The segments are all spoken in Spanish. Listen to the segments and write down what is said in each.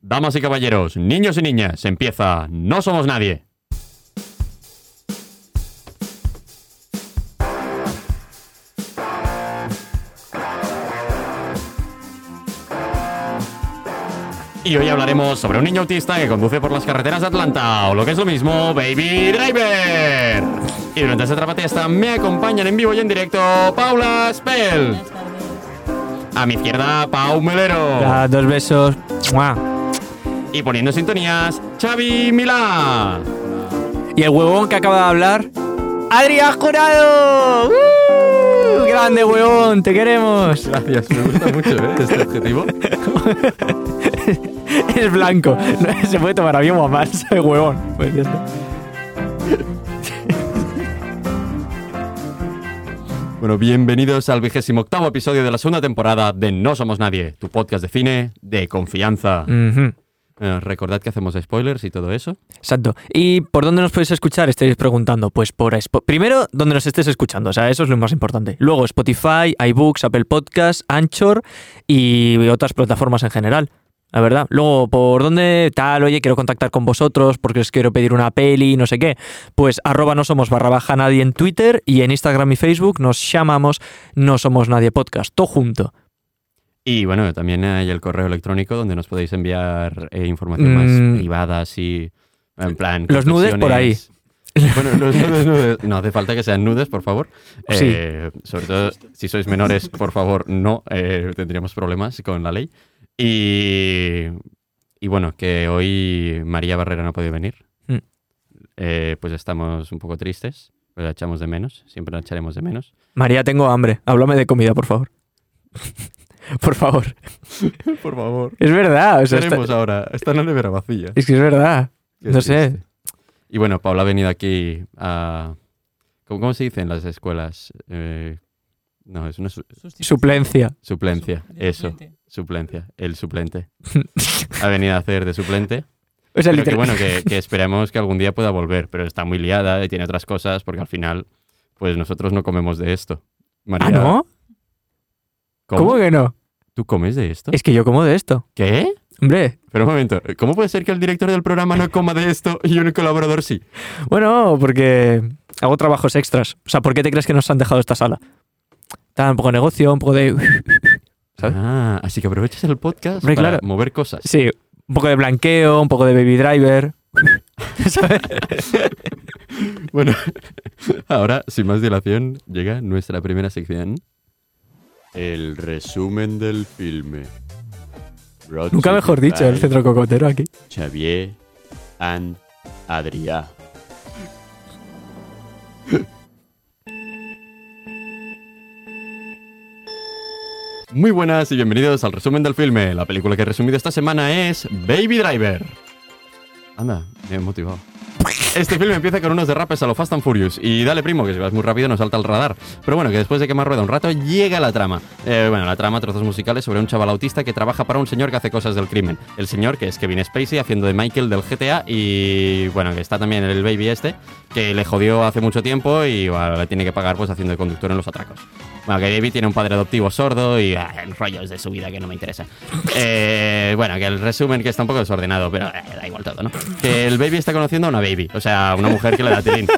Damas y caballeros, niños y niñas, empieza No Somos Nadie. Y hoy hablaremos sobre un niño autista que conduce por las carreteras de Atlanta, o lo que es lo mismo, Baby Driver. Y durante esta trapatiesta me acompañan en vivo y en directo Paula Spell. A mi izquierda, Pau Melero. Ah, dos besos. ¡Mua! Y poniendo sintonías, Xavi Milá. Y el huevón que acaba de hablar, Adrián Jurado. ¡Uh! Grande huevón, te queremos. Gracias, me gusta mucho ¿eh? este objetivo. Es blanco. No, se puede tomar a bien o a mal, soy huevón. Pues ya está. Bueno, bienvenidos al vigésimo octavo episodio de la segunda temporada de No Somos Nadie, tu podcast de cine de confianza. Ujú, Eh, recordad que hacemos spoilers y todo eso. Exacto. ¿Y por dónde nos podéis escuchar? Estaréis preguntando. Pues por Spo- primero, donde nos estés escuchando. O sea, eso es lo más importante. Luego, Spotify, iBooks, Apple Podcasts, Anchor y otras plataformas en general. La verdad. Luego, ¿por dónde tal? Oye, quiero contactar con vosotros porque os quiero pedir una peli, no sé qué. Pues arroba no somos barra baja nadie en Twitter y en Instagram y Facebook nos llamamos no somos nadie podcast. Todo junto. Y bueno, también hay el correo electrónico donde nos podéis enviar eh, información más Mm. privada, así, en plan... Los nudes por ahí. confesiones. Bueno, los nudes, nudes. No hace falta que sean nudes, por favor. Sí. Eh, sobre todo, si sois menores, por favor, no. eh, tendríamos problemas con la ley. Y, y bueno, que hoy María Barrera no ha podido venir. Mm. Eh, pues estamos un poco tristes. Pues la echamos de menos. Siempre la echaremos de menos. María, tengo hambre. Háblame de comida, por favor. por favor. Por favor. Es verdad. O sea, está- Tenemos ahora. Está en la nevera vacía. Es que es verdad. Qué No sé. triste. Y bueno, Paula ha venido aquí a. ¿Cómo, cómo se dice en las escuelas? Eh, no, es una su- Suplencia. suplencia. Eso, suplencia. El suplente. ha venido a hacer de suplente. O sea, Pero que literal- bueno, que, que esperemos que algún día pueda volver. Pero está muy liada y tiene otras cosas porque al final, pues nosotros no comemos de esto. María, Ah, ¿no? ¿cómo? ¿Cómo que no? ¿Tú comes de esto? Es que yo como de esto. ¿Qué? Hombre, Pero un momento, ¿cómo puede ser que el director del programa no coma de esto y un colaborador sí? bueno, porque hago trabajos extras. O sea, ¿por qué te crees que nos han dejado esta sala? Está un poco de negocio, un poco de... ¿sabes? Ah, así que aprovechas el podcast Hombre, para claro. mover cosas. Sí, un poco de blanqueo, un poco de baby driver. ¿Sabes? Bueno, ahora, sin más dilación, llega nuestra primera sección. El resumen del filme. Brought Nunca to mejor you dicho, el by centro cocotero aquí. Xavier and Adrià. Muy buenas y bienvenidos al resumen del filme. La película que he resumido esta semana es Baby Driver. Anda, me he motivado. Este filme empieza con unos derrapes a lo Fast and Furious. Y dale, primo, que si vas muy rápido nos salta el radar. Pero bueno, que después de que más rueda un rato, llega la trama. Eh, bueno, la trama, trozos musicales sobre un chaval autista que trabaja para un señor que hace cosas del crimen. El señor, que es Kevin Spacey, haciendo de Michael del GTA. Y bueno, que está también el baby este, que le jodió hace mucho tiempo y bueno, le tiene que pagar pues haciendo de conductor en los atracos. Bueno, que David tiene un padre adoptivo sordo y ah, rollos de su vida que no me interesan. Eh, bueno, que el resumen que está un poco desordenado, pero eh, da igual todo, ¿no? Que el baby está conociendo a una baby, o sea, una mujer que le da tilín.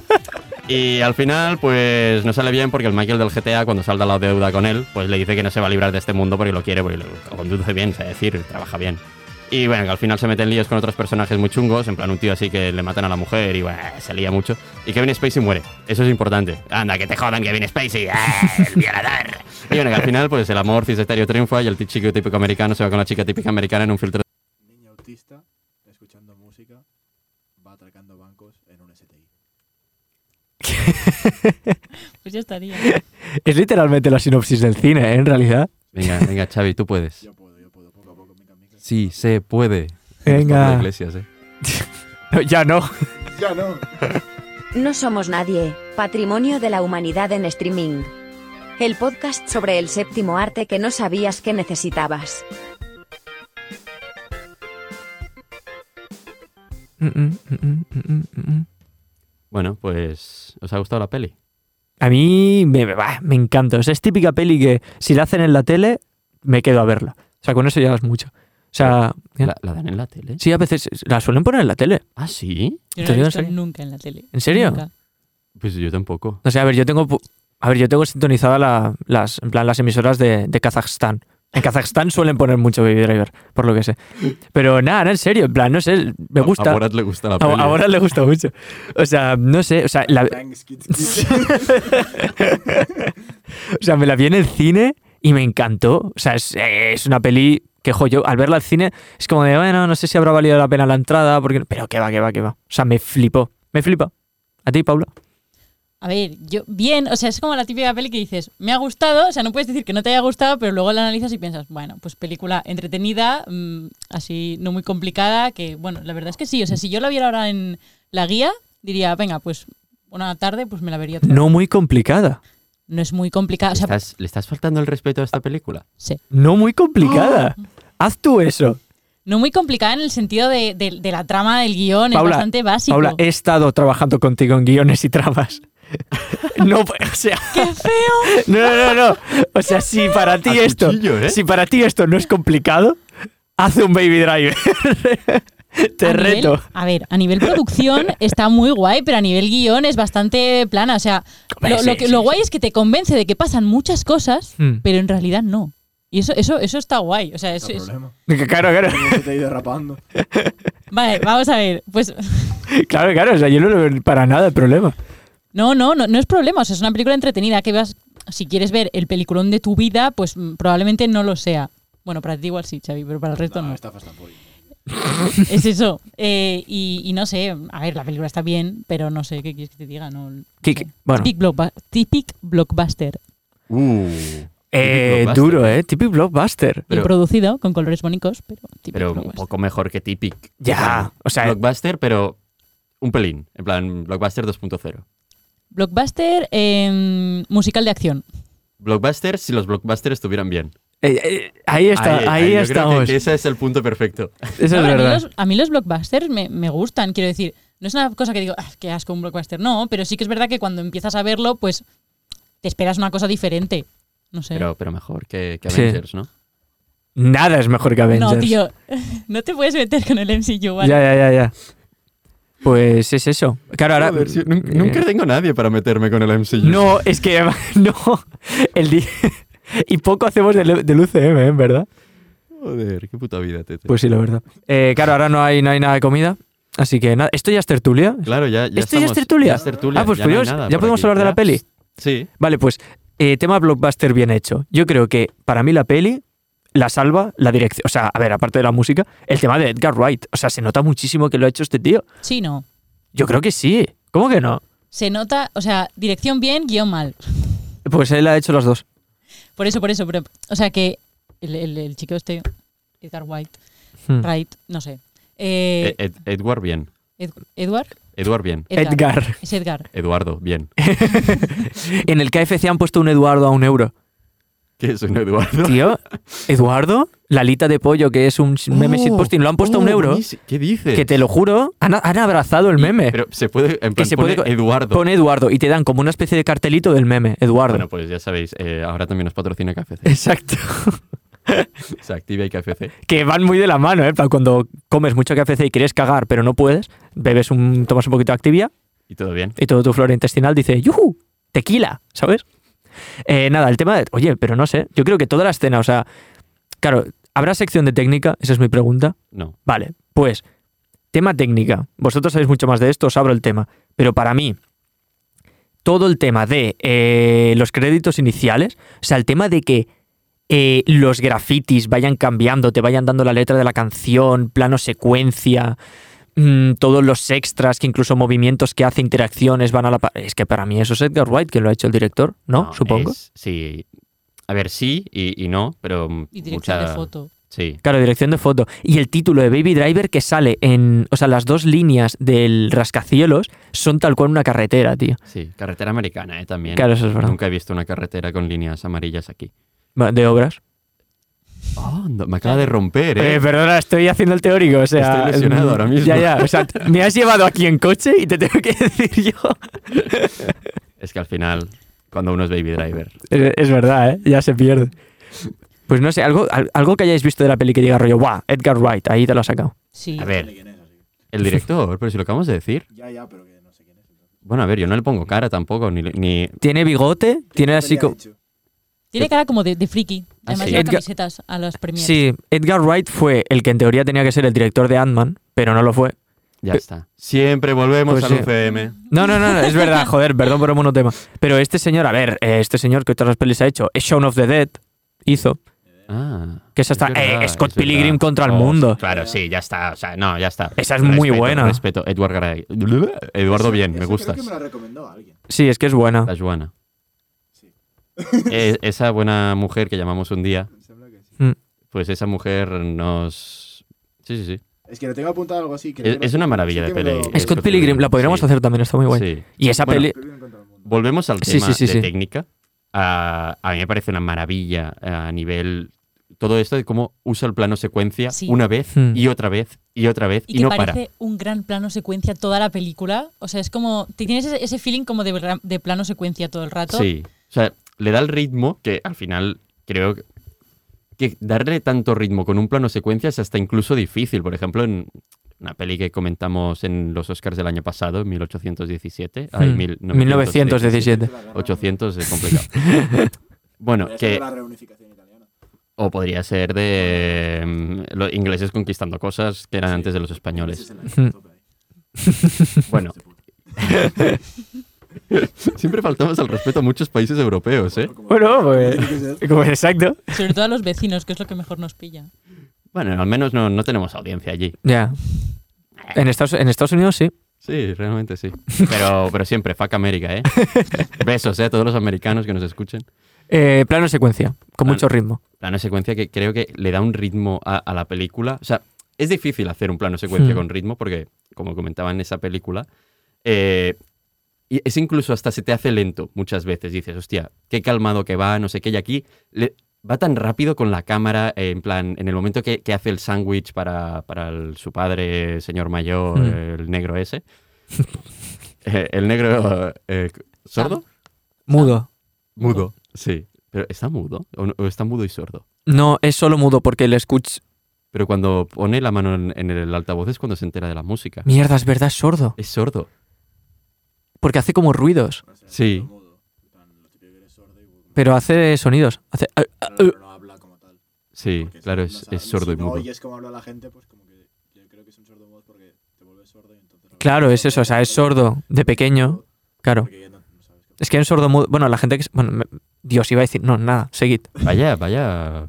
Y al final, pues no sale bien porque el Michael del GTA, cuando salda la deuda con él, pues le dice que no se va a librar de este mundo porque lo quiere, porque lo conduce bien, es decir, trabaja bien. Y bueno, que al final se mete en líos con otros personajes muy chungos, en plan un tío así que le matan a la mujer y bueno, eh, se lía mucho. Y Kevin Spacey muere, eso es importante. Anda, que te jodan Kevin Spacey, ¡ah, el violador. Y bueno, que al final pues el amor cisetario triunfa y el t- chico típico americano se va con la chica típica americana en un filtro niño autista, escuchando música, va atracando bancos en un STI. Pues ya estaría. Es literalmente la sinopsis del cine, ¿eh? en realidad. Venga, venga, Xavi, tú puedes. Yo puedo, yo puedo, poco a poco, mica a mica. Sí, se puede. Venga. Iglesias, eh. No, ya no. Ya no. No somos nadie, patrimonio de la humanidad en streaming. El podcast sobre el séptimo arte que no sabías que necesitabas. Mm, mm, mm, mm, mm, mm, mm. Bueno, pues, ¿os ha gustado la peli? A mí me, me- bah, me encanta. O sea, es típica peli que si la hacen en la tele, me quedo a verla. O sea, con eso ya es mucho. O sea, ¿La, la dan en la tele? sí, a veces la suelen poner en la tele. ¿Ah, sí? ¿Te Yo digo no lo en he visto serio? nunca en la tele. ¿En serio? Nunca. Pues yo tampoco. No sé, a ver, yo tengo, pu- a ver, yo tengo sintonizada la- las, en plan, las emisoras de, de Kazajstán. En Kazajstán suelen poner mucho Baby Driver, por lo que sé. Pero nada, no, en serio, en plan, no sé, me A- gusta. A Borat le gusta la A- peli. a Borat le gusta mucho. O sea, no sé, o sea, la, Thanks, kids, kids. O sea, me la vi en el cine y me encantó. O sea, es, eh, es una peli que, jo, yo al verla al cine es como de, bueno, no sé si habrá valido la pena la entrada, porque... pero que va, que va, que va. O sea, me flipó, me flipa. ¿A ti, Paula? A ver, yo, bien, o sea, es como la típica peli que dices, me ha gustado, o sea, no puedes decir que no te haya gustado, pero luego la analizas y piensas, bueno, pues película entretenida, mm, así, no muy complicada, que, bueno, la verdad es que sí, o sea, si yo la viera ahora en la guía, diría, venga, pues una tarde, pues me la vería. otra vez". No muy complicada. No es muy complicada, o ¿Le sea, estás, le estás faltando el respeto a esta película? sí. No muy complicada. Oh. Haz tú eso. No muy complicada en el sentido de, de- de la trama del guión, es Paula, bastante básico. Paula, eh. he estado trabajando contigo en guiones y tramas. No, o sea, ¡Qué feo! no, no, no. O sea, si para ti A esto, cuchillo, ¿eh? si para ti esto no es complicado, haz un baby driver. Te A nivel- reto. a ver, a nivel producción está muy guay, pero a nivel guión es bastante plana. O sea, Hombre, lo, sí, lo que- sí, lo sí. guay es que te convence de que pasan muchas cosas, Hmm. pero en realidad no. Y eso, eso, eso está guay. O sea, es- No es- problema. Claro, claro, No se te ha ido rapando. Vale, vamos a ver. Pues claro, claro. O sea, yo no lo veo para nada el problema. no, no, no, no es problema. O sea, es una película entretenida que vas. Si quieres ver el peliculón de tu vida, pues mm, probablemente no lo sea. Bueno, para ti igual sí, Xavi, pero para el resto No, no. está Fast and Furious. Es eso. Eh, y, y no sé, a ver, la película está bien, pero no sé qué quieres que te diga. No, Que- que- bueno, Big blockba- Típic blockbuster. Uh. eh, blockbuster. duro, ¿eh? Típico blockbuster. Bien Pero- producido, con colores bonitos, pero típico Pero un blockbuster. poco mejor que Típic. Ya, o sea, eh, Blockbuster, pero un pelín. En plan, Blockbuster 2.0. Blockbuster, em, musical de acción. Blockbuster si los blockbusters estuvieran bien. eh, eh, ahí está, ahí, yo creo que- estamos. que ese es el punto perfecto. Eso No, es pero a mí verdad. los- A mí los blockbusters me, me gustan, quiero decir, no es una cosa que digo, "Ah, qué asco un blockbuster, no, pero sí que es verdad que cuando empiezas a verlo, pues te esperas una cosa diferente. No sé. Pero, pero mejor que, que Sí. Avengers, ¿no? Nada es mejor que Avengers. no, tío, no te puedes meter con el MCU, ¿vale? Ya, ya, ya, ya. Pues es eso. Claro, ahora. Joder, sí, nun- nunca Eh, tengo nadie para meterme con el MCU. No, es que no. El di- y poco hacemos del, del UCM, ¿eh? ¿verdad? Joder, qué puta vida, Tete. Pues sí, la verdad. Eh, claro, ahora no hay, no hay nada de comida. Así que nada. Esto ya es tertulia. claro, ya, ya ¿Esto ya es estamos- tertulia? ya es tertulia, ah, pues ya no hay podemos- nada ya por podemos aquí. hablar de Ya. la peli. Sí. Vale, pues eh, tema blockbuster bien hecho. Yo creo que para mí la peli la salva la dirección. O sea, a ver, aparte de la música, el tema de Edgar Wright. O sea, se nota muchísimo que lo ha hecho este tío. Sí, no. Yo creo que sí. ¿Cómo que no? Se nota, o sea, dirección bien, guión mal. Pues él ha hecho las dos. Por eso, por eso, pero, o sea que el, el- el chico este, Edgar White, Hmm. Wright, no sé. Eh, Ed- Ed- Edward, bien. Ed- Edward, Edward, bien. Edgar. Es Edgar. Eduardo, bien. En el KFC han puesto un Eduardo a un euro. ¿Qué es un Eduardo? Tío, Eduardo, la alita de pollo que es un meme shitposting, lo han puesto a un Oh, euro. Uh, buenísimo. ¿Qué dices? Que te lo juro, han, han abrazado el Y- meme. Pero se puede. En plan, se puede pone co- Eduardo. Pone Eduardo y te dan como una especie de cartelito del meme, Eduardo. Bueno, pues eh. ya sabéis, eh, ahora también nos patrocina KFC. Exacto. Se activa y KFC. que van muy de la mano, ¿eh? En plan, Cuando comes mucho KFC y quieres cagar, pero no puedes, bebes un, tomas un poquito de Activia Y todo bien. y todo tu flora intestinal dice, ¡yuhu! Tequila, ¿sabes? Eh, nada, el tema de, oye, pero no sé, yo creo que toda la escena, o sea, claro, ¿habrá sección de técnica? Esa es mi pregunta. No. Vale, pues, tema técnica. Vosotros sabéis mucho más de esto, os abro el tema. Pero para mí, todo el tema de eh, los créditos iniciales, o sea, el tema de que eh, los grafitis vayan cambiando, te vayan dando la letra de la canción, plano secuencia, mm, todos los extras, que incluso movimientos que hace, interacciones van a la... pa- Es que para mí eso es Edgar Wright, que lo ha hecho el director, ¿no? Supongo. es- sí. A ver, sí y, y no, pero. mm, Y dirección mucha- de foto. Sí. Claro, dirección de foto. Y el título de Baby Driver que sale en. O sea, las dos líneas del rascacielos son tal cual una carretera, tío. Sí, carretera americana, ¿eh? También. Claro, eso es verdad. Nunca he visto una carretera con líneas amarillas aquí. Va, De obras. Oh, no, me acaba de romper, ¿eh? Eh, perdona, estoy haciendo el teórico, o sea. Estoy lesionado mm, ahora mismo. Ya, ya. O sea, me has llevado aquí en coche y te tengo que decir yo. Es que al final, cuando uno es baby driver. Es, es verdad, ¿eh? Ya se pierde. Pues no sé, algo, al- algo que hayáis visto de la peli que llega rollo, ¡buah! Edgar Wright, ahí te lo ha sacado. Sí. A sé ver, quién es, así que- el director, pero si lo acabamos de decir. Ya, ya, pero que no sé quién es. entonces. Bueno, a ver, yo no le pongo cara tampoco, ni... ni- Tiene bigote, tiene ¿Qué así peli ha como... hecho? Tiene cara como de, de friki. Ah, Además sí. lleva Edgar- camisetas a los premios. Sí, Edgar Wright fue el que en teoría tenía que ser el director de Ant-Man, pero no lo fue. Ya está. Siempre volvemos Pues al sí. UCM. No, no, no, no, es verdad, joder, perdón por el monotema. Pero este señor, a ver, eh, este señor que otras pelis ha hecho, es Shaun of the Dead, hizo, Ah. que esa está, es verdad, eh, Scott es Pilgrim verdad. contra el Oh, mundo. Claro, sí, ya está. O sea, no, ya está. Esa es muy buena. Respeto, Edward Garay. Eduardo, Esa- bien, esa me gustas. Creo que me la recomendó alguien. Sí, es que es buena. La Joana. Sí. Eh, esa buena mujer que llamamos un día, Me sembla que sí. pues esa mujer nos. Sí, sí, sí. Es que lo tengo apuntado algo así. que Es- creo es una que- maravilla sí de que me lo- peli. Scott Pilgrim, la podríamos sí. hacer también, está muy guay. Sí. Y esa Bueno, peli... Pilgrim contra el mundo. Volvemos al Sí, tema sí, sí, de sí. técnica. Ah, a mí me parece una maravilla eh, a nivel. Todo esto de cómo usa el plano secuencia Sí. una vez Hmm. y otra vez y otra vez Y y, que no para. parece un gran plano secuencia toda la película. O sea, es como. te Tienes ese, ese feeling como de, gra- de plano secuencia todo el rato. Sí. O sea, le da el ritmo que al final creo que, que darle tanto ritmo con un plano secuencia es hasta incluso difícil. Por ejemplo, en una peli que comentamos en los Oscars del año pasado, en 1817. ay, Hmm. 1917. 1917. La gana, 800 es complicado. bueno, Podría ser de que. la reunificación italiana. O podría ser de mm, los ingleses conquistando cosas que eran antes de los Ese es españoles. el año, tope ahí. Bueno, Este puto. siempre faltamos al respeto a muchos países europeos, ¿eh? Como- Bueno, pues... tiene que ser. como- exacto. Sobre todo a los vecinos, que es lo que mejor nos pilla. Bueno, al menos no, no tenemos audiencia allí. Ya. En Estados, en Estados Unidos sí. Sí, realmente sí. Pero, pero siempre, fuck América, ¿eh? Besos, ¿eh? A todos los americanos que nos escuchen. Eh, plano secuencia, con Plano- mucho ritmo. Plano secuencia que creo que le da un ritmo a, a la película. O sea, es difícil hacer un plano secuencia Hmm. con ritmo porque, como comentaba en esa película, eh, y es incluso hasta se te hace lento muchas veces. Dices, hostia, qué calmado que va, no sé qué. Y aquí le- va tan rápido con la cámara, eh, en plan, en el momento que, que hace el sándwich para, para el- su padre, señor mayor, Hmm. el negro ese. Eh, el negro... eh, ¿Sordo? Mudo. Mudo, sí. Pero está mudo, o, no- o está mudo y sordo. No, es solo mudo porque le escuch... Pero cuando pone la mano en, en el altavoz es cuando se entera de la música. Mierda, es verdad, es sordo. Es sordo. Porque hace como ruidos, O sea, Sí. todo mudo. En plan, lo típico que eres sordo y- pero hace sonidos. Hace... ah, Pero no habla como tal. Sí, Porque claro, no es, sabe- es sordo y si no mudo. oyes cómo habla la gente, pues como que yo creo que es un sordo mudo porque te vuelves sordo y entonces... no Claro, hablas es eso, o sea, es sordo de pequeño, claro. porque ya no- no sabes qué- Es que en sordo mudo... Bueno, la gente que... es- Bueno, me- Dios, iba a decir... No, nada, seguid. Vaya, vaya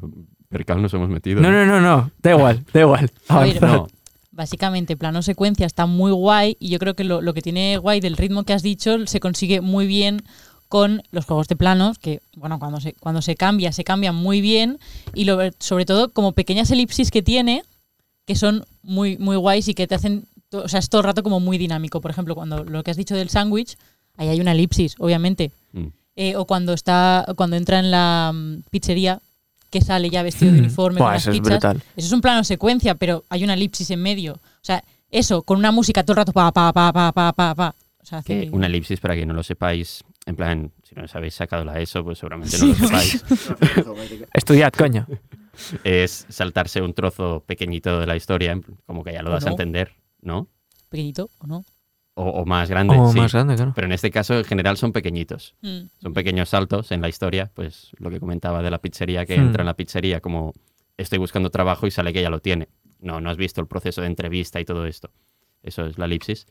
percal nos hemos metido. No, no, no, no, da igual, da igual. Ah, A ver, Avanzad. No, Básicamente, plano secuencia está muy guay. Y yo creo que lo, lo que tiene guay del ritmo que has dicho se consigue muy bien con los juegos de planos, que bueno, cuando se, cuando se cambia, se cambian muy bien. Y lo, sobre todo, como pequeñas elipsis que tiene, que son muy, muy guays y que te hacen. to- O sea, es todo el rato como muy dinámico. Por ejemplo, cuando lo que has dicho del sándwich, ahí hay una elipsis, obviamente. Mm. Eh, o cuando está. cuando entra en la mm, pizzería, que sale ya vestido de Mm. uniforme. Buah, con las eso es pizzas. brutal. Eso es un plano secuencia, pero hay una elipsis en medio. O sea, eso, con una música todo el rato, pa, pa, pa, pa, pa, pa, pa. O sea, hace- que una elipsis para que no lo sepáis. En plan, si no os habéis sacado la ESO, pues seguramente Sí, no lo no. sepáis. Una figura geométrica. Estudiad, coño. es saltarse un trozo pequeñito de la historia, en- como que ya lo ¿O das no? a entender, ¿no? pequeñito, ¿o no? O, o más grande, O sí. más grande, claro. Pero en este caso, en general, son pequeñitos. Mm. son pequeños saltos en la historia, pues lo que comentaba de la pizzería, que Hmm. entra en la pizzería como estoy buscando trabajo y sale que ya lo tiene. No, no has visto el proceso de entrevista y todo esto. Eso es la elipsis.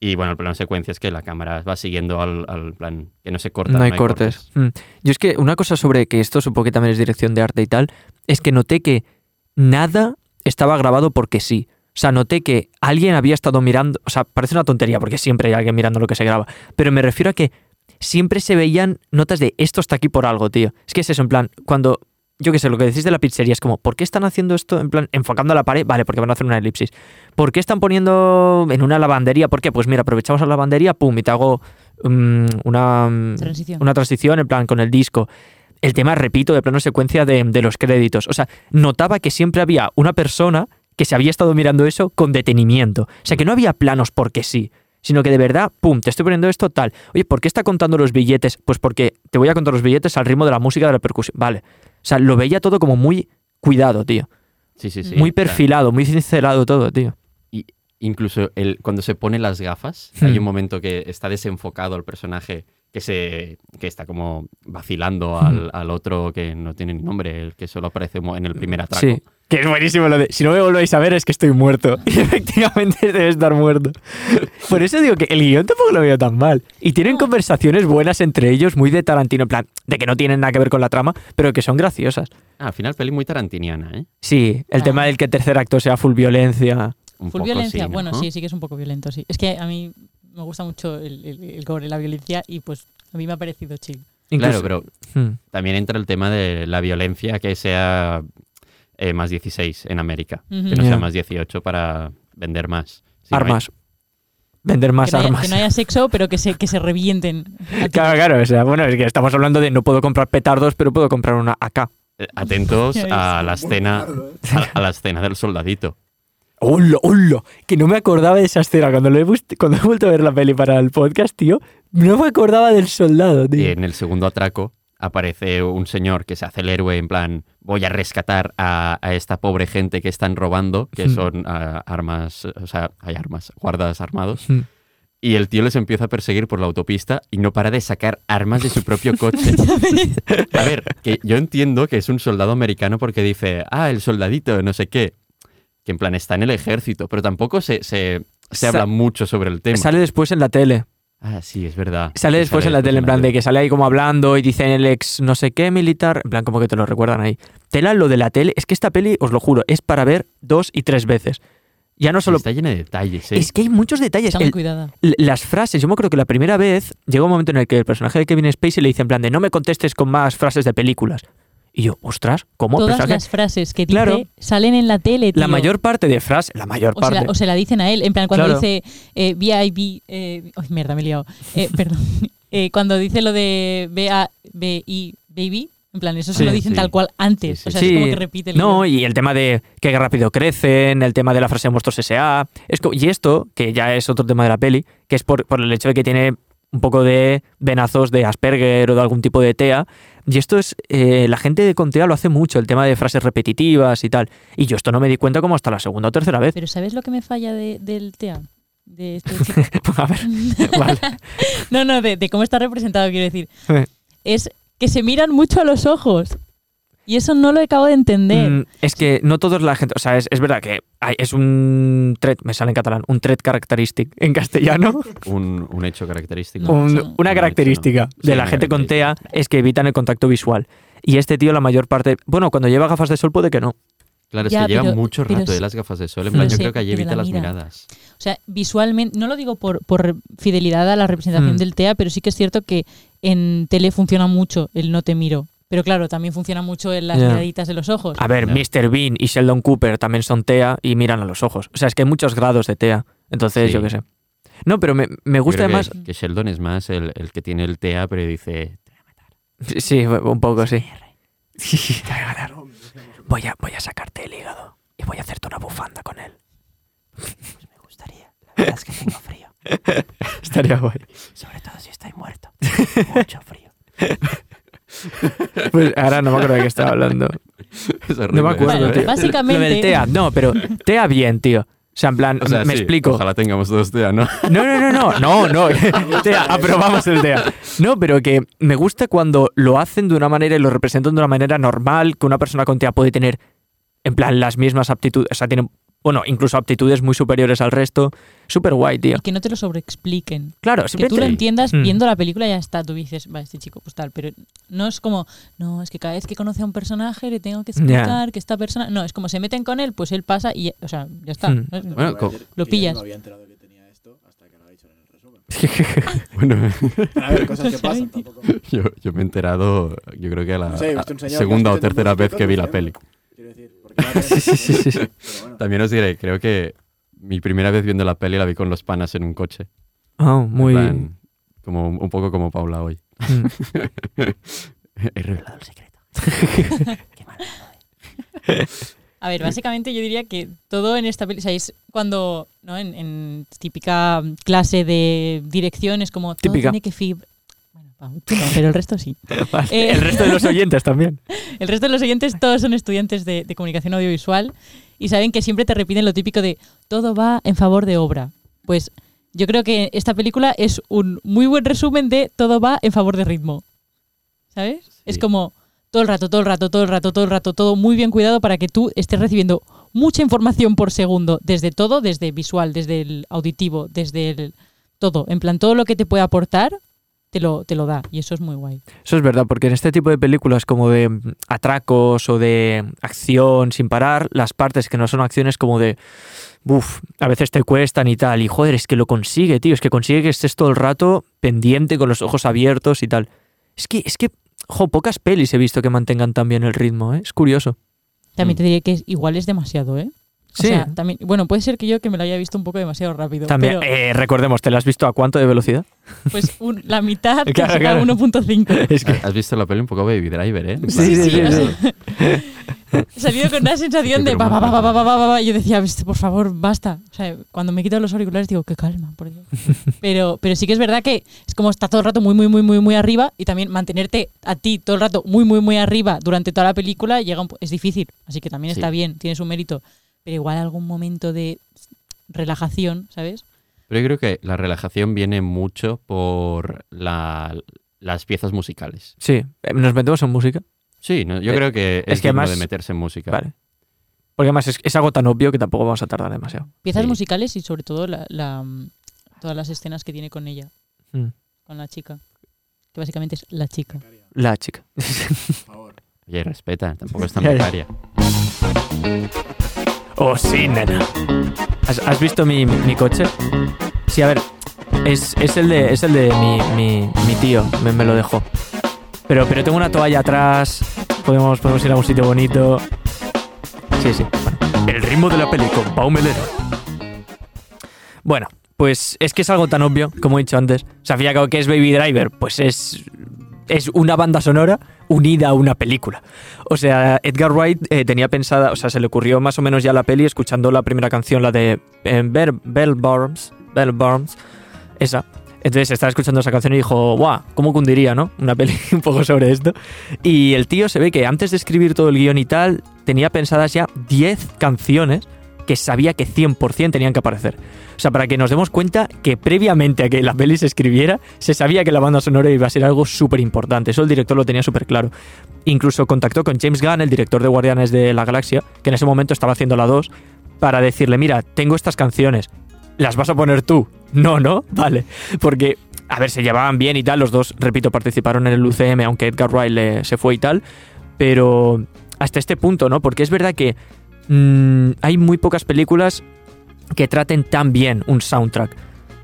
Y bueno, el plano secuencia es que la cámara va siguiendo al, al plan, que no se corta. No hay cortes. Mm. Yo es que una cosa sobre que esto supongo que también es dirección de arte y tal, es que noté que nada estaba grabado porque sí. O sea, noté que alguien había estado mirando, o sea, parece una tontería porque siempre hay alguien mirando lo que se graba, pero me refiero a que siempre se veían notas de esto está aquí por algo, tío. Es que es eso, en plan, cuando, yo qué sé, lo que decís de la pizzería es como, ¿por qué están haciendo esto? En plan, enfocando a la pared, vale, porque van a hacer una elipsis. ¿Por qué están poniendo en una lavandería? ¿Por qué? Pues mira, aprovechamos la lavandería, pum, y te hago mm, una... mm, Transición. Una transición, en plan, con el disco. El tema, repito, de plano secuencia de, de los créditos. O sea, notaba que siempre había una persona que se había estado mirando eso con detenimiento. O sea, que no había planos porque sí sino que de verdad, pum, te estoy poniendo esto tal. Oye, ¿por qué está contando los billetes? Pues porque te voy a contar los billetes al ritmo de la música de la percusión. Vale. O sea, lo veía todo como muy cuidado, tío. Sí, sí, sí. muy O sea, perfilado, muy cincelado todo, tío. incluso el, cuando se pone las gafas, Hmm. hay un momento que está desenfocado el personaje que se que está como vacilando Hmm. al, al otro que no tiene ni nombre, el que solo aparece mo- en el primer atraco. Sí. Que es buenísimo lo de, si no me volvéis a ver es que estoy muerto. Y efectivamente este debe estar muerto. Por eso digo que el guión tampoco lo veo tan mal. Y tienen conversaciones buenas entre ellos, muy de Tarantino, en plan, de que no tienen nada que ver con la trama, pero que son graciosas. Ah, al final peli muy tarantiniana, ¿eh? Sí, el Ah. tema del que el tercer acto sea full violencia. Un Full poco violencia, sí, ¿no? bueno, sí, sí que es un poco violento, sí. Es que a mí me gusta mucho el, el, el gore, la violencia, y pues a mí me ha parecido chill. Claro, Incluso- pero Hmm. también entra el tema de la violencia que sea eh, más 16 en América, Ujú. que no Ya. sea más 18 para vender más. Si no hay- armas. Vender más que, no haya, armas. que no haya sexo, pero que se, que se revienten. a Claro, claro, o sea, bueno, es que estamos hablando de no puedo comprar petardos, pero puedo comprar una AK. eh, atentos Ya ves. a la escena Bueno, claro, ¿eh? a, a la escena del soldadito. ¡Hola, hola! Que no me acordaba de esa escena. Cuando, lo he, bus- cuando he vuelto a ver la peli para el podcast, tío, no me acordaba del soldado, tío. Y en el segundo atraco aparece un señor que se hace el héroe en plan voy a rescatar a, a esta pobre gente que están robando, que Hmm. son ah, armas, o sea, hay armas, guardas armados. Hmm. Y el tío les empieza a perseguir por la autopista y no para de sacar armas de su propio coche. A ver, que yo entiendo que es un soldado americano porque dice, ah, el soldadito, no sé qué. Que en plan está en el ejército, pero tampoco se, se, se Sa- habla mucho sobre el tema. Sale después en la tele. Ah, sí, es verdad. Sale Sí, después en la tele, en plan la de que sale ahí como hablando y dicen el ex no sé qué militar. En plan, como que te lo recuerdan ahí. Tela, lo de la tele. Es que esta peli, os lo juro, es para ver dos y tres veces. Ya no solo. Está llena de detalles, ¿eh? Es que hay muchos detalles. Está muy El- cuidada. L- las frases, yo me acuerdo que la primera vez llegó un momento en el que el personaje de Kevin Spacey le dice en plan de no me contestes con más frases de películas. Y yo, ostras, ¿cómo? Todas Pensaba que las frases que dice Claro. salen en la tele, tío. la mayor parte de frases, la mayor o se, parte. la, o se la dicen a él, en plan cuando Claro. dice eh, VIP, eh, ay, mierda, me he liado, Eh, perdón, Eh, cuando dice lo de B-A-B-I, baby, en plan, eso se Sí, lo dicen sí. tal cual antes, Sí, sí, o sea, sí. es como que repite el no, guión. y el tema de que rápido crecen, el tema de la frase de monstruos S.A. Es co- y esto, que ya es otro tema de la peli, que es por, por el hecho de que tiene un poco de venazos de Asperger o de algún tipo de TEA. Y esto es, eh, la gente de Contea lo hace mucho, el tema de frases repetitivas y tal. Y yo esto no me di cuenta como hasta la segunda o tercera vez. Pero ¿sabes lo que me falla de- del TEA? De este chico? Pues, A ver, vale. no, no, de, de cómo está representado, quiero decir. Eh. Es que se miran mucho a los ojos. Y eso no lo acabo de entender. Mm, es que no todos la gente. O sea, es, es verdad que hay- es un trait, me sale en catalán, un trait característico en castellano. un, un hecho característico. No. un- eso una no, característica eso no. Sí, de la una gente con TEA característica. es que evitan el contacto visual. Y este tío, la mayor parte. Bueno, cuando lleva gafas de sol, puede que no. Claro, es Ya, que lleva pero- mucho pero rato de sí. las gafas de sol. En Pero plan, yo sí, creo que allí pero evita la las mira. miradas. O sea, visualmente, no lo digo por, por fidelidad a la representación Mm. del TEA, pero sí que es cierto que en tele funciona mucho el no te miro. Pero claro, también funciona mucho en las Ya. Ah. miraditas de los ojos. A ver, No. Mr. Bean y Sheldon Cooper también son TEA y miran a los ojos. O sea, es que hay muchos grados de TEA. Entonces, Sí. yo qué sé. No, pero me, me gusta Creo que- además. Que, Sheldon es más el, el que tiene el TEA, pero dice. Sí, un poco, sí. Te voy a ganar. No, hombre, digamos, Voy a, voy a sacarte el hígado y voy a hacerte una bufanda con él. Pues me gustaría. La verdad es que tengo frío. Estaría guay. Sobre todo si estoy muerto. Mucho frío. Pues ahora no me acuerdo de qué estaba hablando. "Es No horrible me acuerdo, Bueno, esto, tío. ¿eh?". básicamente- Lo del TEA, no, pero TEA bien, tío. O sea, en plan, O sea, me sí, explico. Ojalá tengamos todos TEA, ¿no? No, no, no, no, no, no. TEA, aprobamos el TEA. No, pero que me gusta cuando lo hacen de una manera y lo representan de una manera normal, que una persona con TEA puede tener, en plan, las mismas aptitudes, o sea, tienen, bueno, incluso aptitudes muy superiores al resto. Súper guay, tío. Y que no te lo sobreexpliquen. Claro, Que tú lo simplemente... entiendas Mm. viendo la película ya está. Tú dices, va, este chico, pues tal. Pero no es como, no, es que cada vez que conoce a un personaje le tengo que Ya. explicar que esta persona. No, es como se meten con él, pues él pasa y, ya- o sea, ya está. Mm. ¿Sabes? Bueno, voy a co- decir Lo que yo pillas. No me había enterado que tenía esto hasta que lo habéis hecho en el resumen. Bueno, Para ver cosas que pasan, tampoco. yo, yo me he enterado, yo creo que a la No sé, he a- visto un señor segunda o que está tercera haciendo vez que vi la peli. música, ¿eh? Quiero decir, porque la verdad es que- sí, sí, sí. Pero bueno, También os diré, creo que mi primera vez viendo la peli la vi con los panas en un coche. Ah, muy... En plan, como, un poco como Paula hoy. Mm. He revelado el secreto. A ver, básicamente yo diría que todo en esta peli, o sea, es cuando, ¿no? En, en típica clase de dirección es como todo Típica. tiene que fib- bueno, Pau, tú no, pero el resto sí. Vale, Eh. El resto de los oyentes también. El resto de los oyentes todos son estudiantes de, de comunicación audiovisual y saben que siempre te repiten lo típico de todo va en favor de obra. Pues yo creo que esta película es un muy buen resumen de todo va en favor de ritmo. ¿Sabes? Es como todo el rato, todo el rato, todo el rato, todo el rato, todo muy bien cuidado para que tú estés recibiendo mucha información por segundo, desde todo, desde visual, desde el auditivo, desde el todo. En plan, todo lo que te puede aportar, te lo, te lo da. Y eso es muy guay. Eso es verdad, porque en este tipo de películas como de mm, atracos o de acción sin parar, las partes que no son acciones como de, uff, a veces te cuestan y tal, y joder, es que lo consigue, tío, es que consigue que estés todo el rato pendiente con los ojos abiertos y tal. Es que, es que, jo, pocas pelis he visto que mantengan tan bien el ritmo, ¿eh? es curioso. También Mm. te diré que es- igual es demasiado, ¿eh? O Sí. sea, también, bueno, puede ser que yo que me lo haya visto un poco demasiado rápido. También, pero, eh, recordemos, ¿te la has visto a cuánto de velocidad? pues un- la mitad que Claro, será claro. 1.5. Es que... Has visto la peli un poco Baby Driver, ¿eh? Sí, sí, sí, Claro. sí. He salido con una sensación de Pero pa, pa, muy pa, pa, rápido. pa, pa, pa, pa. Yo decía, "Este, por favor, basta. O sea, cuando me quito los auriculares digo, qué calma, por Dios. Pero, pero sí que es verdad que es como estar todo el rato muy, muy, muy, muy, muy arriba y también mantenerte a ti todo el rato muy, muy, muy arriba durante toda la película llega un po- es difícil. Así que también Sí. está bien, tiene su mérito. Pero igual algún momento de relajación, ¿sabes? Pero yo creo que la relajación viene mucho por la- las piezas musicales. Sí, eh, nos metemos en música. Sí, no, yo Eh, creo que es, es que digno además- de meterse en música. Vale. Porque además es, es algo tan obvio que tampoco vamos a tardar demasiado. Piezas Sí. musicales y sobre todo la, la, mm, todas las escenas que tiene con ella, Mm. con la chica. Que básicamente es la chica. Becaria, La chica. por favor. Oye, respeta, ¿eh? tampoco es tan Ya, ya. precaria. Oh, sí, nena. ¿Has, has visto mi, mi coche? Sí, a ver. Es, es el de, es el de mi, mi- mi tío. Me, me lo dejó. Pero, pero tengo una toalla atrás. Podemos, podemos ir a un sitio bonito. Sí, sí. El ritmo de la peli con Pau Melero. Bueno, pues es que es algo tan obvio, como he dicho antes. O sea, al fin y al cabo, ¿qué es Baby Driver? Pues es. Es una banda sonora unida a una película. O sea, Edgar Wright eh, tenía pensada, o sea, se le ocurrió más o menos ya la peli escuchando la primera canción, la de eh, Bell, Bell Bottoms, Bell Bottoms, esa. Entonces estaba escuchando esa canción y dijo, guau, ¿cómo cundiría, no? Una peli un poco sobre esto. Y el tío se ve que antes de escribir todo el guión y tal, tenía pensadas ya 10 canciones que sabía que 100% tenían que aparecer. O sea, para que nos demos cuenta que previamente a que la peli se escribiera, se sabía que la banda sonora iba a ser algo súper importante. Eso el director lo tenía súper claro. Incluso contactó con James Gunn, el director de Guardianes de la Galaxia, que en ese momento estaba haciendo la 2, para decirle, mira, tengo estas canciones, ¿las vas a poner tú? No, no, vale. Porque, a ver, se llevaban bien y tal, los dos, repito, participaron en el UCM, aunque Edgar Wright le- se fue y tal, pero hasta este punto, ¿no? Porque es verdad que mm, hay muy pocas películas que traten tan bien un soundtrack.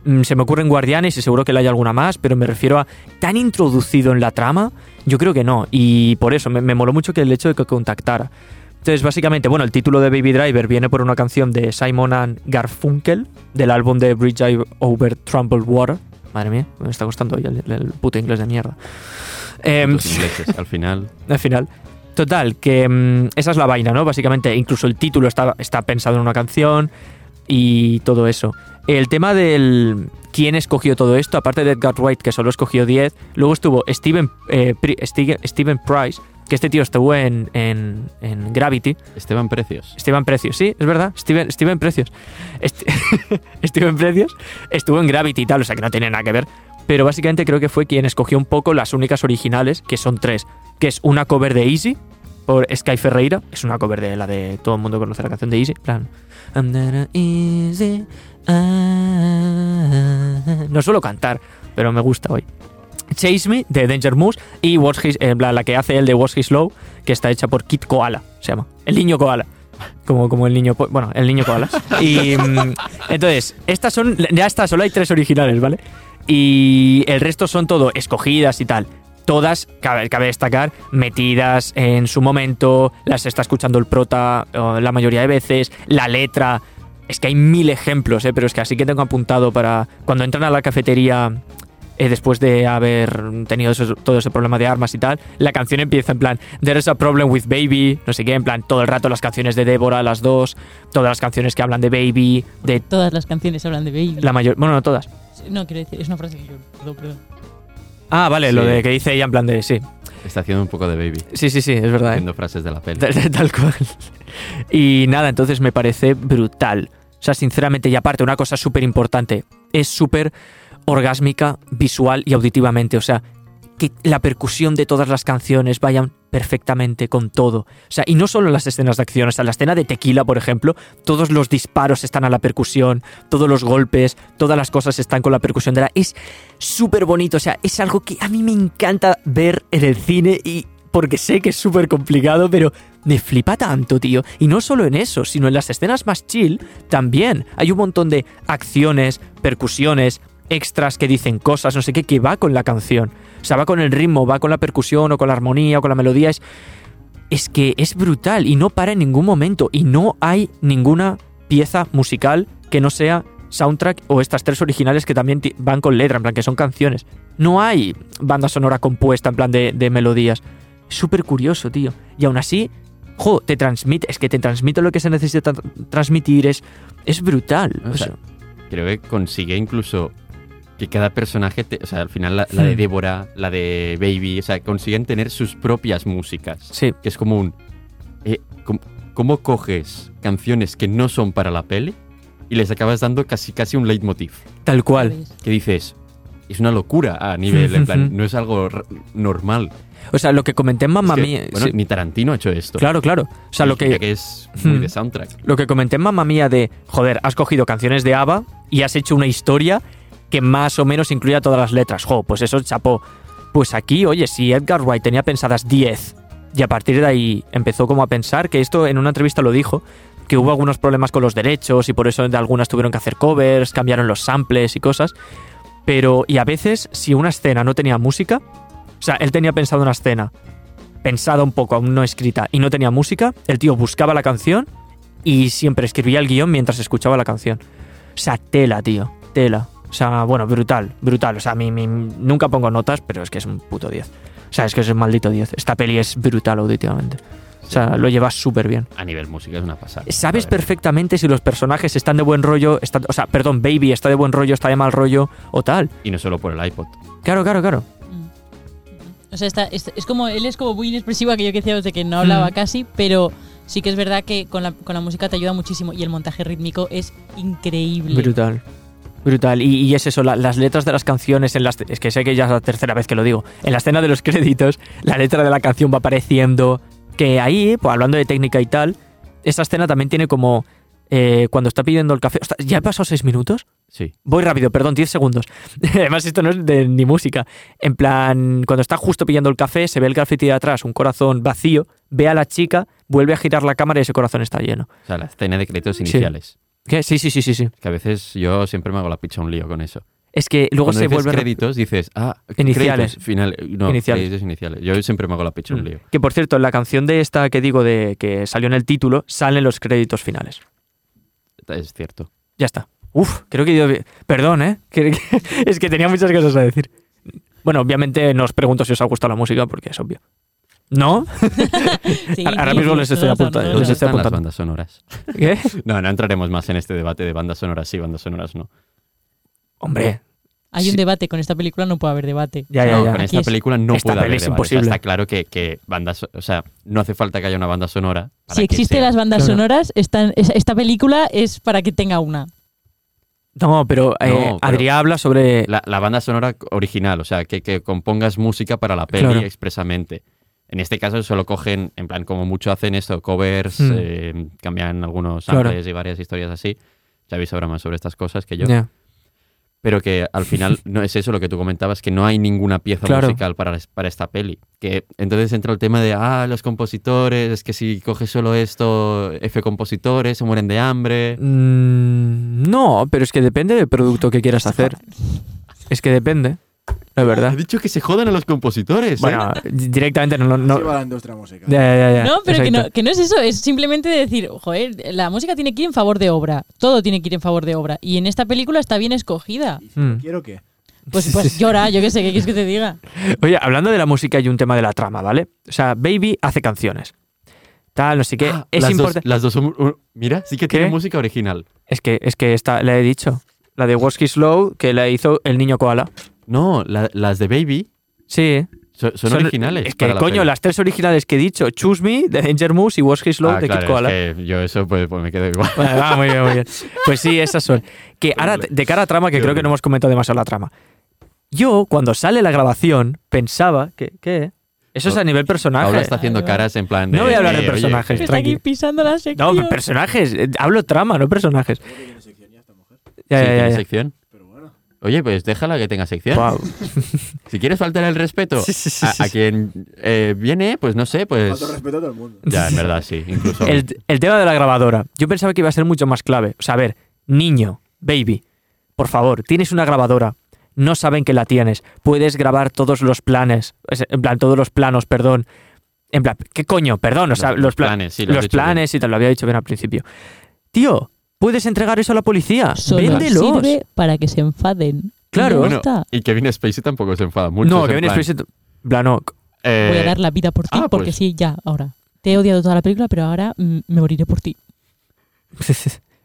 Mm, Se me ocurren Guardianes y seguro que le hay alguna más, pero me refiero a tan introducido en la trama yo creo que no, y por eso me, me moló mucho que el hecho de que contactara. Entonces, básicamente, bueno, el título de Baby Driver viene por una canción de Simon and Garfunkel, del álbum de Bridge Over Troubled Water. Madre mía, me está costando hoy el, el puto inglés de mierda. Em, Los ingleses, al final. al final. Total, que mm, esa es la vaina, ¿no? Básicamente, incluso el título está, está pensado en una canción y todo eso. El tema del quién escogió todo esto, aparte de Edgar Wright, que solo escogió 10, luego estuvo Steven, eh, Pri- Steven, Steven Price, que este tío estuvo en, en- en Gravity. Esteban Precios. Steven Precios, sí, es verdad. Steven, Steven Precios. Est- Steven Precios estuvo en Gravity y tal, o sea que no tiene nada que ver. Pero básicamente creo que fue quien escogió un poco las únicas originales, que son tres. Que es una cover de Easy por Sky Ferreira. Es una cover de la de todo el mundo conoce la canción de Easy. en plan, I'm not a easy. ah. No suelo cantar, pero me gusta hoy. Chase Me de Danger Moose y What's His- en plan, la que hace el de What's His Low, que está hecha por Kit Koala, se llama. El niño koala como, como el niño po- bueno el niño koala y mm, entonces estas son ya está solo hay tres originales vale y el resto son todo escogidas y tal todas cabe, cabe destacar metidas en su momento las está escuchando el prota o la mayoría de veces la letra es que hay mil ejemplos eh, pero es que así que tengo apuntado para cuando entran a la cafetería eh, después de haber tenido eso- todo ese problema de armas y tal, la canción empieza en plan, There is a problem with baby, no sé qué, en plan, todo el rato las canciones de Débora, las dos, todas las canciones que hablan de baby, de Todas las canciones hablan de baby. la mayor, bueno, no todas, No, quiero decir, es una frase que yo. Perdón, perdón. Ah, vale, Sí. lo de que dice ella en plan de sí. Está haciendo un poco de baby. Sí, sí, sí, es verdad. ¿eh? Haciendo frases de la peli. Tal, tal- tal cual. Y nada, entonces me parece brutal. O sea, sinceramente, y aparte, una cosa súper importante, es súper orgásmica, visual y auditivamente. O sea, que la percusión de todas las canciones vayan perfectamente con todo. O sea, y no solo las escenas de acción, o sea, la escena de tequila, por ejemplo, todos los disparos están a la percusión, todos los golpes, todas las cosas están con la percusión de la... Es súper bonito, o sea, es algo que a mí me encanta ver en el cine y... Porque sé que es súper complicado, pero me flipa tanto, tío. Y no solo en eso, sino en las escenas más chill también. Hay un montón de acciones, percusiones, extras que dicen cosas, no sé qué, que va con la canción. O sea, va con el ritmo, va con la percusión o con la armonía o con la melodía. Es, es que es brutal y no para en ningún momento. Y no hay ninguna pieza musical que no sea soundtrack o estas tres originales que también ti- van con letra, en plan que son canciones. No hay banda sonora compuesta en plan de, de melodías. Súper curioso, tío. Y aún así, jo, te transmite, es que te transmite lo que se necesita tra- transmitir, es, es brutal. O O sea, sea, creo que consigue incluso que cada personaje, te- o sea, al final la, la de Hmm. Débora, la de Baby, o sea, consiguen tener sus propias músicas. sí, Que es como un... eh, com- ¿Cómo coges canciones que no son para la peli y les acabas dando casi, casi un leitmotiv? tal cual. ¿sabes? Que dices, es una locura a nivel, en plan, no es algo r- normal. O sea, lo que comenté en Mamma Es que, Mía. bueno, sí, ni Tarantino ha hecho esto. claro, claro. O sea, lo Significa que, es muy Hmm. de soundtrack. lo que comenté en Mamma Mía de, joder, has cogido canciones de ABBA y has hecho una historia que más o menos incluya todas las letras. Jo, pues eso, chapó. Pues aquí, oye, si Edgar Wright tenía pensadas 10 y a partir de ahí empezó como a pensar, que esto en una entrevista lo dijo, que hubo algunos problemas con los derechos y por eso de algunas tuvieron que hacer covers, cambiaron los samples y cosas. Pero, y a veces, si una escena no tenía música, o sea, él tenía pensado una escena, pensada un poco, aún no escrita, y no tenía música, el tío buscaba la canción y siempre escribía el guión mientras escuchaba la canción. O sea, tela, tío, tela. O sea, bueno, brutal, brutal. O sea, a mí, mí- nunca pongo notas, pero es que es un puto 10. O sea, es que es un maldito 10. Esta peli es brutal auditivamente. O sea, lo llevas súper bien. A nivel música es una pasada. Sabes Madre mía. perfectamente si los personajes están de buen rollo, están, o sea, perdón, Baby está de buen rollo, está de mal rollo o tal. Y no solo por el iPod. Claro, claro, claro. mm, O sea, está, es, es como, él es como muy inexpresivo, aquello que decíamos de que no hablaba Mm. casi, pero sí que es verdad que con la, con la música te ayuda muchísimo y el montaje rítmico es increíble. Brutal. Brutal. Y, y es eso, la- las letras de las canciones, en las, es que sé que ya es la tercera vez que lo digo. En la escena de los créditos, la letra de la canción va apareciendo. Que ahí, pues hablando de técnica y tal, esa escena también tiene como. eh, cuando está pidiendo el café. Ostras, ¿Ya he pasado seis minutos? Sí. Voy rápido, perdón, 10 segundos. Además, esto no es de ni música. En plan, cuando está justo pillando el café, se ve el graffiti de atrás, un corazón vacío, ve a la chica, vuelve a girar la cámara y ese corazón está lleno. O sea, la escena de créditos iniciales. ¿Qué? Sí, sí, sí, sí, sí. Que a veces yo siempre me hago la picha un lío con eso. Es que luego Cuando se dices vuelve. créditos, dices, ah, Iniciales. créditos, final, no, Iniciales. Hmm. créditos iniciales. Yo siempre me hago la picha un lío. Que por cierto, en la canción de esta que digo de que salió en el título, salen los créditos finales. Es cierto. Ya está. Uf, creo que yo. Perdón, ¿eh? Que- que- es que tenía muchas cosas a decir. Bueno, obviamente no os pregunto si os ha gustado la música, porque es obvio. ¿No? Sí, Ahora sí, mismo sí, les toda estoy la razón, apuntando, toda la ¿Dónde les estoy razón. están las apuntando. bandas sonoras? ¿Qué? No, no entraremos más en este debate de bandas sonoras sí, bandas sonoras no. Hombre, Hay Sí. un debate, con esta película no puede haber debate. ya, No, ya, ya. Con Aquí esta es- película no Esta puede peli haber es debate. O sea, imposible. está está claro que, que bandas, o sea, no hace falta que haya una banda sonora. para Si que existen sea. las bandas Claro. sonoras, están- es- esta película es para que tenga una. No, pero, eh, pero- Adrià habla sobre. la, la banda sonora original, o sea, que, que compongas música para la peli Claro. expresamente. En este caso solo cogen, en plan, como mucho hacen esto, covers, Mm. eh, cambian algunos Claro. samples y varias historias así. Xavi sabrá más sobre estas cosas que yo. Ya. Pero que al final no es eso lo que tú comentabas, que no hay ninguna pieza Claro. musical para, es- para esta peli. Que entonces entra el tema de, ah, los compositores, es que si coges solo esto, F compositores, se mueren de hambre. Mm, no, pero es que depende del producto que quieras hacer. Es que depende. La He verdad. dicho que se jodan a los compositores. ¿eh? Bueno, directamente no. no- Así no- va la industria musical. Ya, ya, ya, ya. No, pero que Exacto. no, que no es eso, es simplemente decir, joder, la música tiene que ir en favor de obra, todo tiene que ir en favor de obra, y en esta película está bien escogida. Y si no Mm. quiero que Pues, pues llora, yo qué sé, ¿qué quieres que te diga? Oye, hablando de la música hay un tema de la trama, ¿vale? O sea, Baby hace canciones. Tal, no sé qué. Ah, es las dos- importante. las dos son- uh, Mira, sí que tiene ¿Qué? música original. Es que, es que esta la he dicho. La de Worski Slow, que la hizo el niño koala. No, la- las de Baby Sí. Son, son originales. Es que, para la coño, peli. las tres originales que he dicho: Choose Me, de Danger Moose y Was His Love Ah, de claro, Kid es Koala. que yo eso pues, pues me quedo igual. Vale, va, muy bien, muy bien. Pues sí, esas son. Que ahora, de cara a trama, que Qué creo que horrible. no hemos comentado demasiado la trama. Yo, cuando sale la grabación, pensaba que. ¿Qué? Eso es a nivel Ahora personaje. está haciendo Ahí va. caras en plan. No voy a hablar de "Eh, oye". personajes, Está aquí tranqui. pisando la sección. No, personajes. eh, Hablo trama, no personajes. Creo que tiene sección ya esta mujer. Ya, Sí, ya, ya, tiene ya. sección. Pero bueno, Oye, pues déjala que tenga sección. Guau. Si quieres faltar el respeto Sí, sí, sí, a, sí, a sí. quien eh, viene, pues no sé, pues. falta el respeto a todo el mundo. Ya, en verdad, sí, incluso. El, el tema de la grabadora. Yo pensaba que iba a ser mucho más clave. O sea, a ver, niño, baby, por favor, tienes una grabadora. No saben que la tienes. Puedes grabar todos los planes. Es- En plan, todos los planos, perdón. En plan, ¿qué coño? Perdón, o sea, Los- los, los pla- planes, sí, lo has Los dicho bien. planes, y te lo había dicho bien al principio. Tío, puedes entregar eso a la policía. Solo Véndelos. sirve para que se enfaden. Claro. Ya Bueno, está. y Kevin Spacey tampoco se enfada mucho. no, es que en viene plan, Spacey. en plan, no, eh, Voy a dar la vida por ti ah, porque pues. sí, ya, ahora. Te he odiado toda la película, pero ahora mm, me moriré por ti.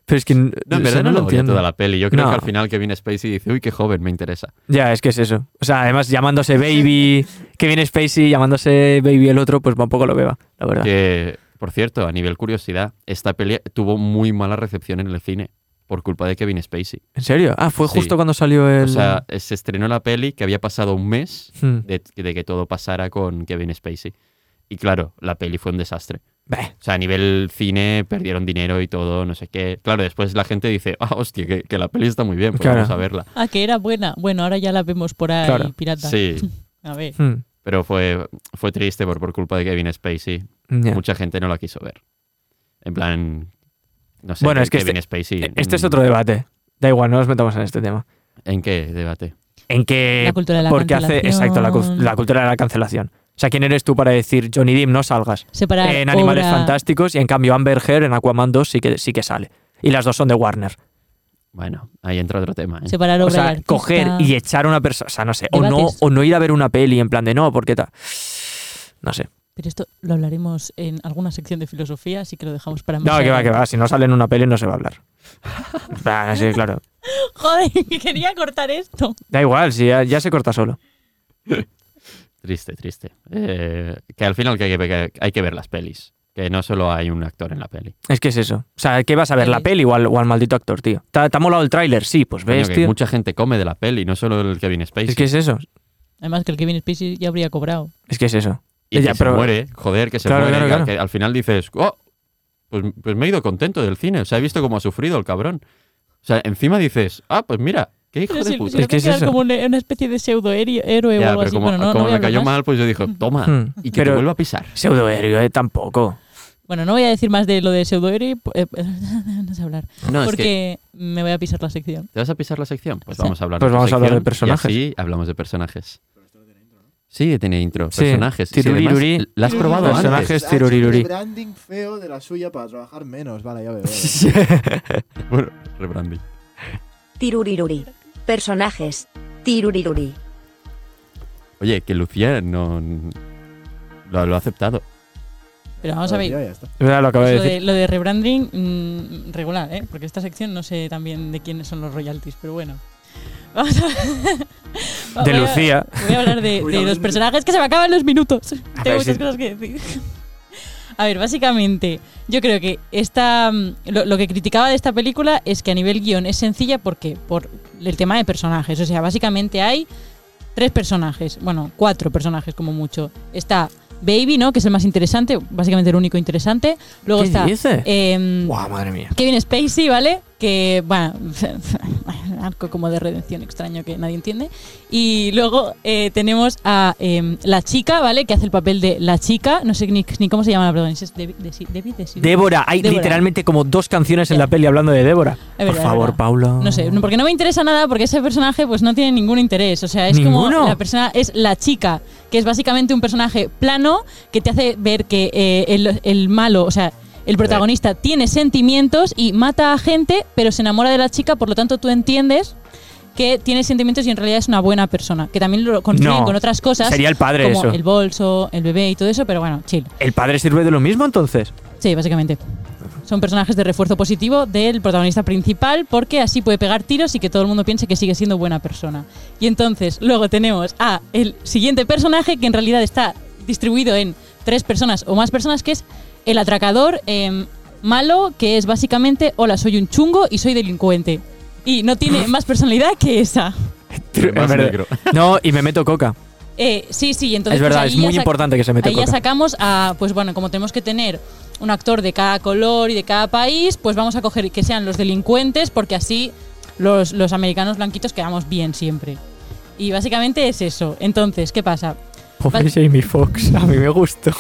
Pero es que. n- No, en o sea, verdad no, lo lo odia entiendo. toda la peli. Yo creo No. que al final Kevin Spacey dice, uy, qué joven, me interesa. Ya, es que es eso. O sea, además llamándose Baby, que viene Spacey, llamándose Baby el otro, pues tampoco lo beba, la verdad. Que, por cierto, a nivel curiosidad, esta peli tuvo muy mala recepción en el cine por culpa de Kevin Spacey. ¿En serio? Ah, fue Sí. justo cuando salió el... O sea, eh, se estrenó la peli que había pasado un mes Hmm. de, de que todo pasara con Kevin Spacey. Y claro, la peli fue un desastre. Bah, O sea, a nivel cine perdieron dinero y todo, no sé qué. Claro, después la gente dice, ah, hostia, que, que la peli está muy bien, pues Claro. vamos a verla. Ah, que era buena. Bueno, ahora ya la vemos por ahí, Claro. pirata. Sí, A ver. hmm, pero fue, fue triste por, por culpa de Kevin Spacey. ya. Mucha gente no la quiso ver. En plan, no sé, Bueno, es que Kevin Spacey. Este es mm, otro debate. Da igual, no nos metamos en este tema. ¿En qué debate? En que... La cultura de la Eh, porque hace... cancelación. Exacto, la, cu- la cultura de la cancelación. O sea, ¿quién eres tú para decir Johnny Depp no salgas? Separar en Animales obra- Fantásticos y en cambio Amber Heard en Aquaman 2 sí que, sí que sale. Y las dos son de Warner. Bueno, ahí entra otro tema. ¿eh? Separar obra O de sea, artista. coger y echar a una persona, o sea, no sé, o no, Debates. o no ir a ver una peli en plan de no, porque tal. No sé. Pero esto lo hablaremos en alguna sección de filosofía, así que lo dejamos para No, más que va, que adelante. va, si no sale en una peli no se va a hablar. Ah, sí, claro. Joder, que quería cortar esto. Da igual, si ya, ya se corta solo. Triste, triste. Eh, que al final que hay, que ver- que hay que ver las pelis. Que no solo hay un actor en la peli. Es que es eso. O sea, ¿qué vas a ver? ¿La peli o al, o al maldito actor, tío? ¿Te ha te ha molado el tráiler? Sí, pues Coño, ves, que tío. mucha gente come de la peli, no solo el Kevin Spacey. Es que es eso. Además que el Kevin Spacey ya habría cobrado. Es que es eso. Y Ya, que pero- se muere, joder, que se Claro, muere. claro, claro. Que al final dices, oh, pues, pues me he ido contento del cine. O sea, he visto cómo ha sufrido el cabrón. O sea, encima dices, ah, pues mira, qué hijo Pero de si, puta. si lo Es que es quedan eso. como una una especie de pseudo héroe o Ya, algo pero así. como, bueno, no, como no voy a me hablar cayó más. mal, pues yo dije, toma, Hmm. y que te Pero vuelva a pisar. pseudohéroe eh, tampoco. Bueno, no voy a decir más de lo de pseudo héroe. no sé hablar. No, es que porque me voy a pisar la sección. te vas a pisar la sección. Pues Sí. vamos a hablar Pues de tu vamos a hablar de sección, personajes. Y así hablamos de personajes. Sí, tiene intro. Sí. Personajes. Sí, además, Tirurirurí. la has probado Personajes. antes. es tiruriruri. El branding feo de la suya para trabajar menos. Vale, ya veo. vale. Bueno, rebranding. Tiruriruri. Personajes. Tiruriruri. Oye, que Lucía no... Lo, lo ha aceptado. Pero vamos a Ahora ver. sí, ya está. Es verdad lo acabo de Pues Lo decir. de, lo de rebranding, mm, regular, ¿eh? Porque esta sección no sé también de quiénes son los royalties, pero bueno. Vamos a De Voy a- Lucía. Voy a hablar de, de los personajes que se me acaban los minutos. Tengo muchas cosas que decir. A ver, básicamente, yo creo que esta mm, lo, lo que criticaba de esta película es que a nivel guión es sencilla porque por el tema de personajes. O sea, básicamente hay tres personajes, bueno, cuatro personajes como mucho. Está Baby, ¿no? Que es el más interesante, básicamente el único interesante. Luego ¿Qué está dice? em, Guau, madre mía. Kevin Spacey, ¿vale? Que, bueno, arco como de redención extraño que nadie entiende. Y luego eh, tenemos a em, la chica, ¿vale? Que hace el papel de la chica, no sé ni, ni cómo se llama la protagonista, es Debbie, Desi- Debbie, Desi- Débora, hay Débora. literalmente como dos canciones en Ya. la peli hablando de Débora. Es Por verdad, es favor, verdad. Paula. No sé, no, porque no me interesa nada, porque ese personaje pues no tiene ningún interés. O sea, es ¿Ninguno? como la persona, es la chica, que es básicamente un personaje plano que te hace ver que eh, el, el malo, o sea, el protagonista tiene sentimientos y mata a gente, pero se enamora de la chica, por lo tanto tú entiendes que tiene sentimientos y en realidad es una buena persona. Que también lo construyen No, con otras cosas. sería el padre como eso. El bolso, el bebé y todo eso, pero bueno, chill. ¿El padre sirve de lo mismo entonces? Sí, básicamente. Son personajes de refuerzo positivo del protagonista principal porque así puede pegar tiros y que todo el mundo piense que sigue siendo buena persona. Y entonces luego tenemos a el siguiente personaje que en realidad está distribuido en tres personas o más personas que es el atracador em, malo que es básicamente hola soy un chungo y soy delincuente. Y no tiene más personalidad que esa. Más Es verdad. negro. No, y me meto coca. Eh, sí, sí, entonces. es verdad, pues, ahí es muy ya sa- importante que se mete Ahí ya coca. sacamos a, pues bueno, como tenemos que tener un actor de cada color y de cada país, pues vamos a coger que sean los delincuentes, porque así los, los americanos blanquitos quedamos bien siempre. Y básicamente es eso. Entonces, ¿qué pasa? Pobre Jamie Foxx, a mí me gustó.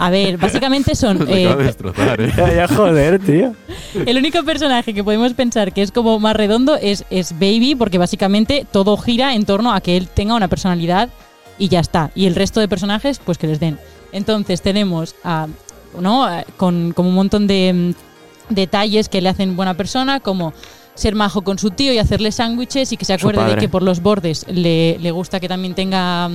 A ver, básicamente son. Te acaba de eh, destrozar, ¿eh? ya, joder, tío. el único personaje que podemos pensar que es como más redondo es, es Baby, porque básicamente todo gira en torno a que él tenga una personalidad y ya está. Y el resto de personajes, pues que les den. Entonces tenemos a. ¿no? A- Con, con un montón de mm, detalles que le hacen buena persona, como ser majo con su tío y hacerle sándwiches y que se acuerde de padre. que por los bordes le, le gusta que también tenga. mm,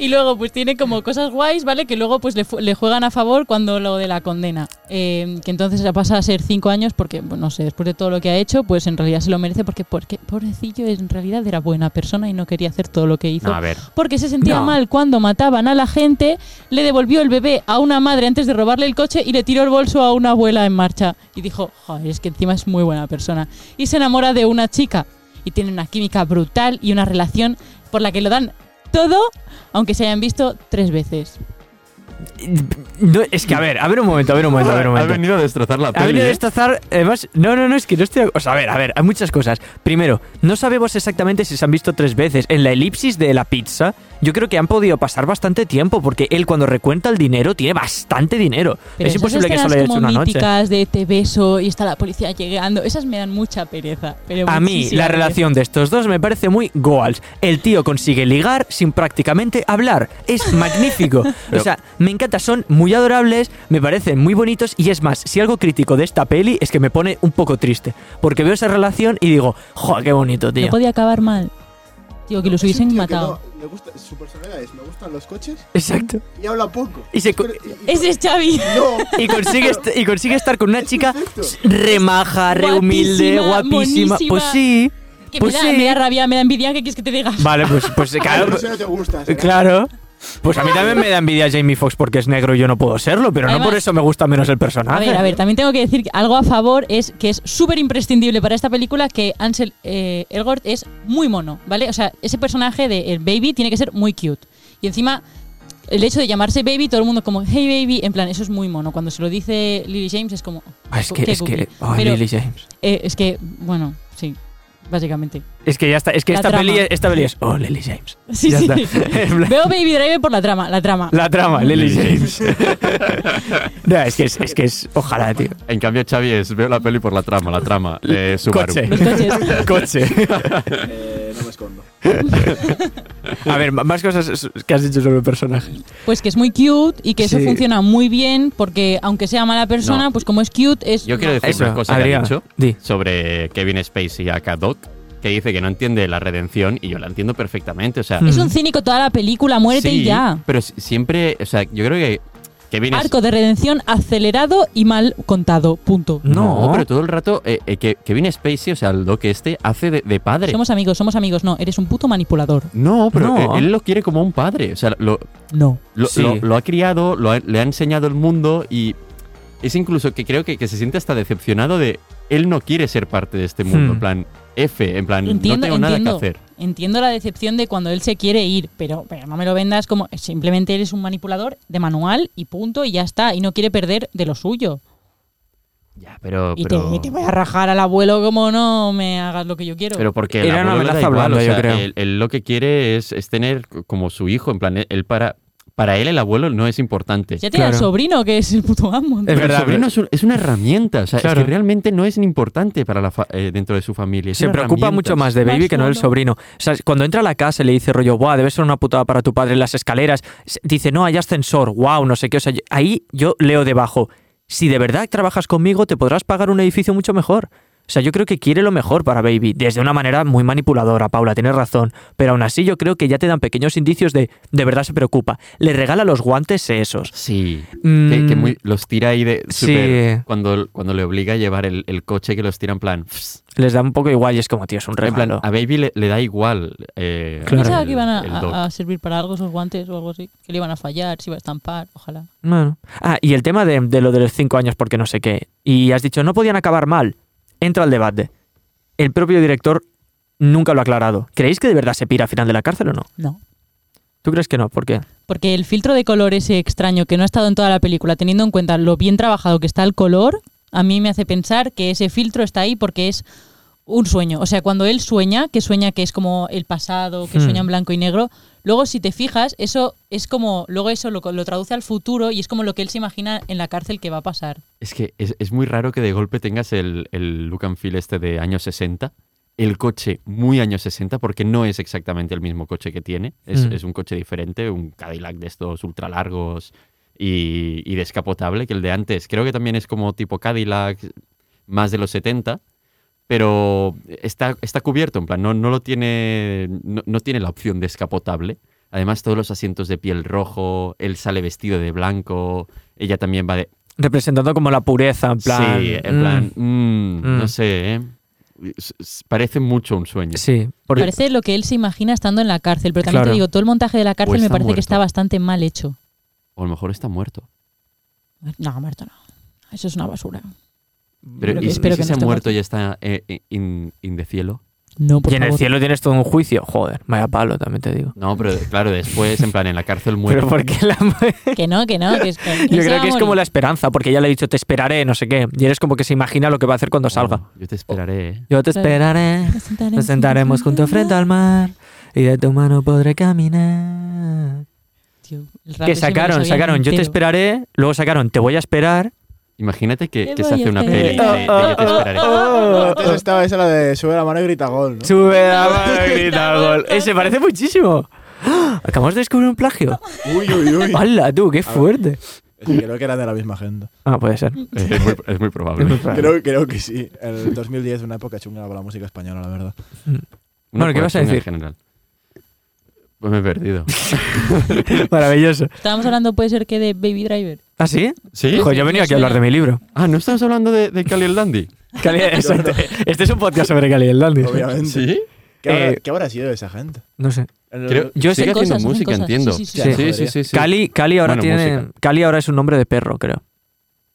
Y luego, pues tiene como cosas guays, ¿vale? Que luego pues le, fu- le juegan a favor cuando lo de la condena. Eh, que entonces ya pasa a ser cinco años porque, bueno, no sé, después de todo lo que ha hecho, pues en realidad se lo merece porque, porque pobrecillo en realidad era buena persona y no quería hacer todo lo que hizo. No, a ver. Porque se sentía No. mal cuando mataban a la gente, le devolvió el bebé a una madre antes de robarle el coche y le tiró el bolso a una abuela en marcha. Y dijo, joder, es que encima es muy buena persona. Y se enamora de una chica. Y tienen una química brutal y una relación por la que lo dan todo, aunque se hayan visto tres veces. No, es que, a ver, a ver un momento, a ver un momento, a ver un Ha momento. venido a destrozar la Ha peli. venido a ¿eh? destrozar. Además, no, no, no, es que no estoy. O sea, a ver, a ver, hay muchas cosas. Primero, no sabemos exactamente si se han visto tres veces. En la elipsis de la pizza, yo creo que han podido pasar bastante tiempo, porque él cuando recuenta el dinero tiene bastante dinero. Pero es esas imposible que escenas solo haya hecho como una noche. míticas de te beso y está la policía llegando, esas me dan mucha pereza. pero A mí, muchísima la pereza. relación de estos dos me parece muy goals. El tío consigue ligar sin prácticamente hablar. Es magnífico. o sea, me encanta, son muy adorables, me parecen muy bonitos y es más, si algo crítico de esta peli es que me pone un poco triste. Porque veo esa relación y digo, ¡joder, qué bonito, tío! No podía acabar mal. Tío, que los Es un hubiesen tío que matado. no- le gusta, su personalidad es, me gustan los coches Exacto. y habla poco. Y se co- Pero- y- y- Ese es este- Xavi. No, Y consigue, est- y consigue estar con una chica perfecto. remaja, re humilde, Guapísima, guapísima. monísima. Pues sí. Que Pues me, da, sí. me da rabia, me da envidia, ¿qué quieres que te diga? Vale, pues, pues claro, claro. no te gusta. ¿será? Eh, Claro. Pues a mí también me da envidia Jamie Foxx porque es negro y yo no puedo serlo, pero no Además- por eso me gusta menos el personaje. A ver, a ver, también tengo que decir que algo a favor es que es súper imprescindible para esta película que Ansel eh, Elgort es muy mono, ¿vale? O sea, ese personaje de el Baby tiene que ser muy cute. Y encima, el hecho de llamarse Baby, todo el mundo como, hey Baby, en plan, eso es muy mono. Cuando se lo dice Lily James es como... Ah, es que, qué es cookie. que, ay, Pero, Lily James. eh, es que, bueno, sí, básicamente. Es que ya está, es que la esta trama. peli, esta peli es, oh, Lily James. Sí, Ya sí. está. En plan, Veo Baby Driver por la trama, la trama. La trama, Lily Lily James. no, es que es, es que es, ojalá, tío. En cambio, Xavi es, veo la peli por la trama, la trama. Eh, Subaru. Coche. Los coches. Coche. Eh, no me escondo. A ver, ma- más cosas que has dicho sobre el personaje. Pues que es muy cute y que eso Sí. funciona muy bien porque aunque sea mala persona, No. pues como es cute es... Yo quiero decir Eso, una cosa que ha Adrián, dicho di. sobre Kevin Spacey a Doc, que dice que no entiende la redención y yo la entiendo perfectamente. O sea, Hmm. Es un cínico toda la película, muérete sí, y ya. Pero si- siempre, o sea, yo creo que Kevin es- Arco de redención acelerado y mal contado, punto. No, No. pero todo el rato eh, eh, que Kevin Spacey, o sea, el Doc este, hace de, de padre. Somos amigos, somos amigos, no, eres un puto manipulador. No, pero No. eh, él lo quiere como un padre. O sea, lo, No. Lo, Sí. lo- lo ha criado, lo ha- le ha enseñado el mundo y es incluso que creo que, que se siente hasta decepcionado de él no quiere ser parte de este mundo. Hmm. En plan, F, en plan, Entiendo, no tengo entiendo. nada que hacer. Entiendo la decepción de cuando él se quiere ir, pero, pero no me lo vendas como simplemente eres un manipulador de manual y punto y ya está, y no quiere perder de lo suyo. Ya, pero. Y, pero, te, y te voy a rajar al abuelo como no me hagas lo que yo quiero. pero porque el Era una abuelo le da amenaza igual, blanda, o yo sea, creo. Él, él lo que quiere es, es tener c- como su hijo, en plan, él, él para. Para él el abuelo no es importante. Ya tiene al Claro. sobrino que es el puto amo. Es Pero el verdad, sobrino pero- es, un- es una herramienta, o sea, Claro. es que realmente no es importante para la fa- eh, dentro de su familia. es Se una preocupa herramienta. mucho más de Baby Más que no del solo. sobrino. O sea, cuando entra a la casa y le dice rollo, guau, debe ser una putada para tu padre en las escaleras. s- Dice, no, hay ascensor, wow, no sé qué. O sea, yo- ahí yo leo debajo, si de verdad trabajas conmigo, te podrás pagar un edificio mucho mejor. O sea, yo creo que quiere lo mejor para Baby, desde una manera muy manipuladora, Paula, tienes razón. Pero aún así yo creo que ya te dan pequeños indicios de de verdad se preocupa. Le regala los guantes esos. Sí. Mm, Que, que muy, los tira ahí de. Sí. super- cuando, cuando le obliga a llevar el, el coche, que los tira en plan. "Fs". Les da un poco igual y es como, tío, es un En plan, regalo. a Baby le, le da igual. eh, Claro. Pensaba el- que iban a, el a- doc. a servir para algo esos guantes o algo así. Que le iban a fallar, se iba a estampar, ojalá. Bueno. Ah, y el tema de, de lo de los cinco años porque no sé qué. Y has dicho, no podían acabar mal. Entra el debate. El propio director nunca lo ha aclarado. ¿Creéis que de verdad se pira al final de la cárcel o no? No. ¿Tú crees que no? ¿Por qué? Porque el filtro de color ese extraño que no ha estado en toda la película, teniendo en cuenta lo bien trabajado que está el color, a mí me hace pensar que ese filtro está ahí porque es un sueño. O sea, cuando él sueña, que sueña que es como el pasado, que Hmm. sueña en blanco y negro, luego si te fijas, eso es como, luego eso lo, lo traduce al futuro y es como lo que él se imagina en la cárcel que va a pasar. Es que es, es muy raro que de golpe tengas el, el look and feel este de años 60. El coche muy años 60, porque no es exactamente el mismo coche que tiene. Es, Mm. es un coche diferente, un Cadillac de estos ultralargos y, y descapotable que el de antes. Creo que también es como tipo Cadillac, más de los 70, pero está, está cubierto, en plan, no, no lo tiene, no, no tiene la opción descapotable. Además, todos los asientos de piel rojo, él sale vestido de blanco, ella también va de, Representando como la pureza, en plan... sí, en plan, mm, mm. no sé, ¿eh? S- s- Parece mucho un sueño. mm, sí. Porque, Parece lo que él se imagina estando en la cárcel, pero también Claro. te digo, todo el montaje de la cárcel Pues me está parece que muerto. está bastante mal hecho. O a lo mejor está muerto. No, Marta, no. Eso es una basura. Pero Creo que ¿y, si- espero y si que no se ha esté muerto y está eh, eh, in, in the cielo? No, por y en el favor. cielo tienes todo un juicio. Joder, vaya palo, también te digo. No, pero claro, después, en plan, en la cárcel muere. Pero porque la... Que no, que no. Que es, que- Yo se va creo a que es como morir. la esperanza, porque ya le he dicho, te esperaré, no sé qué. Y eres como que se imagina lo que va a hacer cuando salga. Oh, yo te esperaré, ¿eh? Yo te Claro. esperaré. Nos sentaremos, Nos sentaremos juntos frente al mar y de tu mano podré caminar. Tío, el rap Que ese me lo sacaron, sabía sacaron Yo te entero. esperaré, luego sacaron Te voy a esperar. Imagínate que, Te que se voy hace a Oh, una esperar. peli de, de Yo te esperaré. Antes estaba esa la de sube la mano y grita gol, ¿no? Sube la mano y grita gol. Eh, se parece muchísimo. ¡Ah! Acabamos de descubrir un plagio. Uy, uy, uy. ¡Hala, tú! ¡Qué fuerte! Es que creo que eran de la misma gente. Ah, puede ser. oh. Es muy, es muy probable. Creo, creo que sí. El 2010 una época chunga para la música española, la verdad. Una Bueno, ¿qué vas a colección en decir? general. Pues me he perdido. Maravilloso. Estábamos hablando, puede ser que de Baby Driver. ¿Ah, sí? ¿Sí? Hijo, yo venía aquí a hablar de mi libro. Ah, ¿no estamos hablando de, de Cali el Dandy? Cali- exacto. Este es un podcast sobre Cali el Dandy. Obviamente. ¿Sí? ¿Qué, habrá, Eh, qué habrá sido de esa gente? No sé. El- Creo, Yo sé sigue cosas, haciendo hacen música, cosas. entiendo. Sí, sí, sí. sí, sí, sí, sí. Cali, Cali ahora Bueno, tiene. música. Cali ahora es un nombre de perro, creo.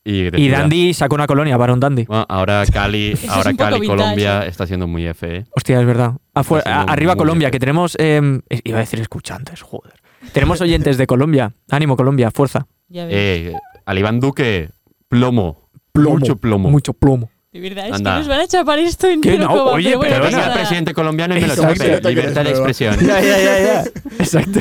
Y, de Y ciudad. Dandy sacó una colonia, Barón Dandy. Bueno, ahora Cali, es ahora un poco Cali vintage, Colombia está siendo muy F. ¿eh? Hostia, es verdad. Afuera- Está siendo a- arriba muy Colombia, difícil. que tenemos. eh, es- iba a decir escuchantes, joder. Tenemos oyentes de Colombia. Ánimo, Colombia, fuerza. Ya ves. Eh, al Iván Duque, plomo. Plomo, Mucho plomo. Mucho plomo. de verdad, es anda. que nos van a chapar esto en Que tiro no, coma, oye, pero bueno, Pero no venga, pasa el nada. presidente colombiano y me lo Exacto. chape. Exacto. Libertad de expresión. Ya, ya, ya, ya. Exacto.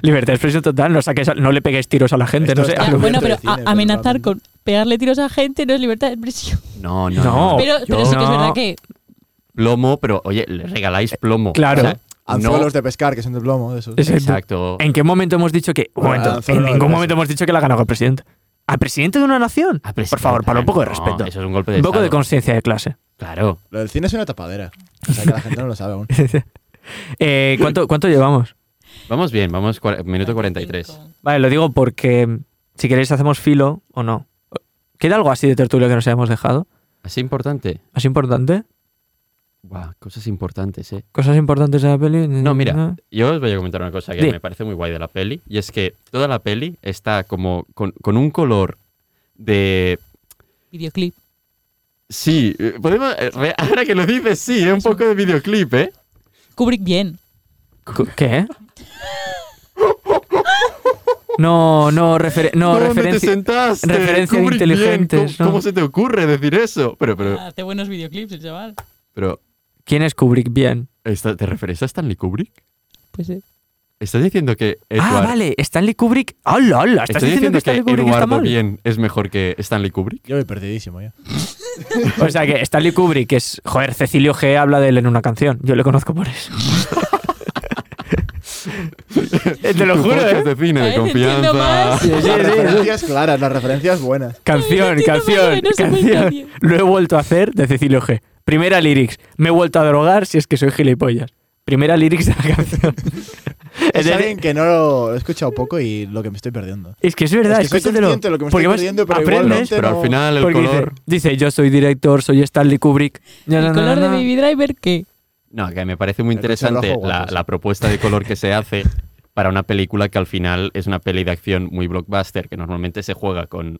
Libertad de expresión total. No, saques, a- no le peguéis tiros a la gente. Esto no sé. a está- Ya, lo- Algo Ah, bueno, de pero cine, a- pero amenazar no- con pegarle tiros a gente no es libertad de expresión. No, no, No. no. pero, pero sí que es Oh, yo- verdad que Plomo, pero oye, le regaláis plomo. Eh, Claro. O sea, Anzuelos no. de pescar, que son de plomo, de esos. Exacto. Exacto. ¿En qué momento hemos dicho que.? Ah, Un Bueno, momento, lanzó en la ningún presión. momento hemos dicho que la ha ganado el presidente. ¿Al presidente de una nación? Ah, Por favor, para un poco de no, respeto. Eso es un golpe de Un poco de estado. conciencia de clase. Claro. Lo del cine es una tapadera. O sea que la gente no lo sabe aún. Eh, ¿cuánto, ¿Cuánto llevamos? Vamos bien, vamos cua- minuto 43. Vale, lo digo porque em, si queréis hacemos filo o no. ¿Queda algo así de tertulio que nos hayamos dejado? Así importante. ¿Más importante? Buah, cosas importantes, ¿eh? ¿Cosas importantes de la peli? No, mira, yo os voy a comentar una cosa que Di. me parece muy guay de la peli. Y es que toda la peli está como con, con un color de. videoclip. Sí, eh, podemos. eh, re- Ahora que lo dices, sí, es un poco de videoclip, ¿eh? Kubrick bien. Cu- ¿Qué? No, no, refer- no ¿Dónde te referencia. sentaste? referencia de Kubrick, bien, inteligentes, ¿Cómo, ¿no? cómo se te ocurre decir eso? Pero, Eh. pero, Ah, Hace buenos videoclips el chaval. pero ¿Quién es Kubrick bien? ¿esta- ¿te refieres a Stanley Kubrick? Pues eh, ¿Estás diciendo que Edward, Ah, vale, Stanley Kubrick. ¡Hola, hola! ¿Estás ¿Estás diciendo, que, Stanley Kubrick está Eduardo mal? Bien es mejor que Stanley Kubrick? Yo voy perdidísimo ya. O sea, que Stanley Kubrick que es. Joder, Cecilio G habla de él en una canción. Yo le conozco por eso. Eh, Te lo Tu juro, podcast ¿eh? de cine, de Ay, entiendo confianza. más. Sí, sí, Las sí. referencias claras, las referencias buenas. Canción, Ay, canción, entiendo más, no se puede canción. cambiar. Lo he vuelto a hacer de Cecilio G. Primera lyrics. Me he vuelto a drogar si es que soy gilipollas. Primera lyrics de la canción. Es, Es de- alguien que no lo he escuchado poco y lo que me estoy perdiendo. es que es verdad. es que soy escúchatelo. consciente de lo que me Porque estoy vas- perdiendo, pero aprendes, igualmente Pero no- al final el porque dice- color... dice, yo soy director, soy Stanley Kubrick. Ya, El na, na, color na, de na. Baby Driver, ¿qué? No, que me parece muy El colchón interesante rojo, la, guapo, sí. la propuesta de color que se hace para una película que al final es una peli de acción muy blockbuster, que normalmente se juega con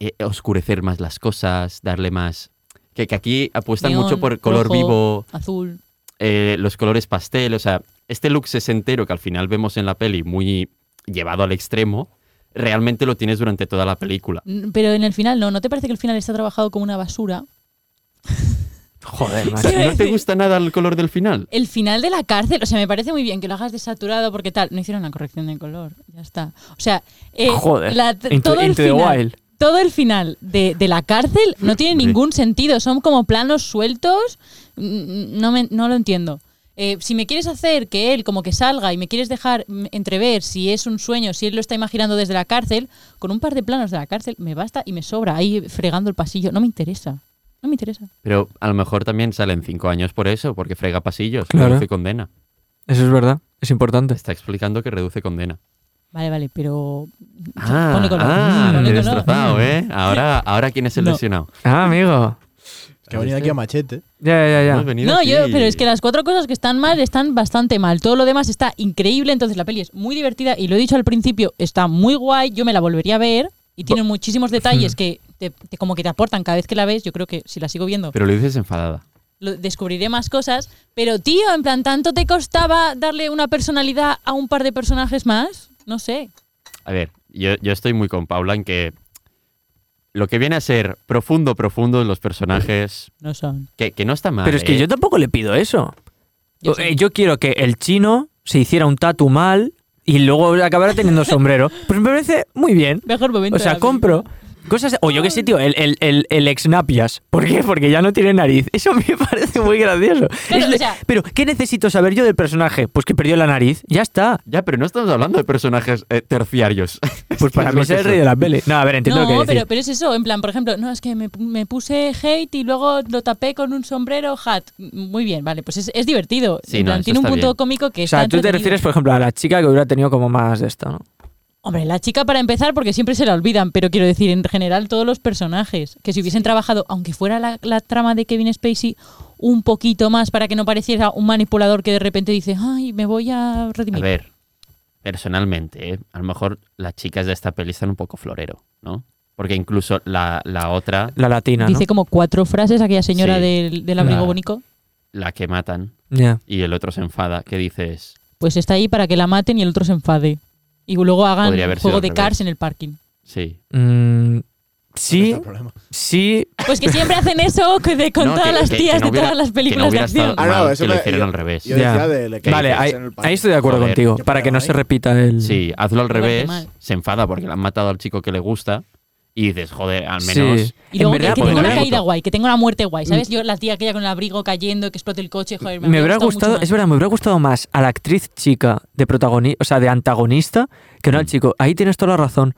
eh, oscurecer más las cosas, darle más... Que, que aquí apuestan Neón, mucho por color rojo. vivo, Azul. eh, los colores pastel, o sea, este look sesentero que al final vemos en la peli muy llevado al extremo, realmente lo tienes durante toda la película. Mm, Pero en el final no, ¿no te parece que el final está trabajado como una basura? Joder, O macho. sea, ¿No te gusta nada el color del final? El final de la cárcel, o sea, me parece muy bien que lo hagas desaturado porque tal, no hicieron una corrección de color, ya está. O sea, eh, Joder. la- t- Into, todo el Into the final, Wild. todo el final de, de la cárcel no tiene Sí. ningún sentido. Son como planos sueltos. mm, No, me- no lo entiendo. Eh, si me quieres hacer que él como que salga y me quieres dejar mm, entrever si es un sueño, si él lo está imaginando desde la cárcel, con un par de planos de la cárcel me basta y me sobra ahí fregando el pasillo. No me interesa. No me interesa. Pero a lo mejor también salen cinco años por eso, porque frega pasillos, Claro. reduce condena. Eso es verdad. Es importante. Está explicando que reduce condena. Vale, vale, pero... Ah, ponle color. ah, ponle le he color. destrozado, ¿eh? Ahora, ahora ¿quién es el No. lesionado? Ah, amigo. Que ha venido aquí a machete. Ya, ya, ya. Hemos venido No, aquí. yo, pero es que las cuatro cosas que están mal están bastante mal. Todo lo demás está increíble, entonces la peli es muy divertida y lo he dicho al principio, está muy guay, yo me la volvería a ver y tiene muchísimos Mm. detalles que te- te- como que te aportan cada vez que la ves. Yo creo que si la sigo viendo Pero lo dices enfadada. lo- descubriré más cosas. Pero tío, en plan, ¿tanto te costaba darle una personalidad a un par de personajes más? No sé. A ver, yo, yo estoy muy con Paula en que lo que viene a ser profundo, profundo en los personajes, No son. que, que no está mal. Pero es que ¿eh? yo tampoco le pido eso. Yo O- sí. eh, Yo quiero que el chino se hiciera un tatu mal y luego acabara teniendo sombrero. Pues me parece muy bien. Mejor momento. O de sea, la película. compro cosas. O yo qué sé, tío, el, el, el, el ex napias. ¿Por qué? Porque ya no tiene nariz. Eso me parece muy gracioso. Claro, Es de- o sea- Pero, ¿qué necesito saber yo del personaje? Pues que perdió la nariz. Ya está. Ya, pero no estamos hablando de personajes eh, terciarios. Pues para Es lo mí es que el son. rey de la peli. No, a ver, entiendo No, lo que decís. pero, pero es eso, en plan, por ejemplo, no, es que me, me puse hate y luego lo tapé con un sombrero hat. Muy bien, vale, pues es, es divertido. Sí, en no, plan, eso tiene un está punto bien. cómico que O sea, está tú te entretenido. refieres, por ejemplo, a la chica que hubiera tenido como más de esto, ¿no? Hombre, la chica para empezar, porque siempre se la olvidan, pero quiero decir, en general, todos los personajes, que si hubiesen trabajado, aunque fuera la, la trama de Kevin Spacey, un poquito más para que no pareciera un manipulador que de repente dice, ay, me voy a A redimir. ver, personalmente, ¿eh? a lo mejor las chicas de esta peli están un poco florero, ¿no? Porque incluso la, la otra, La latina, ¿no? Dice como cuatro frases aquella señora Sí. del, del abrigo Nah. bonito. la que matan Ya. y el otro se enfada, que dices, Pues está ahí para que la maten y el otro se enfade. Y luego hagan Podría haber sido juego al de revés. cars en el parking. sí, Mm, sí, No está el problema. sí, Pues que siempre hacen eso que de, con No, todas que- las que- tías que no de hubiera- todas las películas de hubiera acción. estado- Ah, no, Mal, eso que lo me- hicieron yo- al revés. Yo Ya. decía de le- que Vale, le ahí, hacen el pan. ahí estoy de acuerdo Joder. contigo. ¿Qué Para que no problema se hay? repita el. Sí, hazlo al Lo hace revés, mal. se enfada porque le han matado al chico que le gusta y dices, joder, al menos... Sí. Y luego En que, verdad, que pues, Mm. tenga me una hubiera caída gustado. guay, que tenga una muerte guay, ¿sabes? Yo la tía aquella con el abrigo cayendo, que explote el coche, joder, me, me hubiera gustado, mucho es verdad, me hubiera gustado más a la actriz chica de protagonista, o sea, de antagonista, que no al Mm. chico. Ahí tienes toda la razón.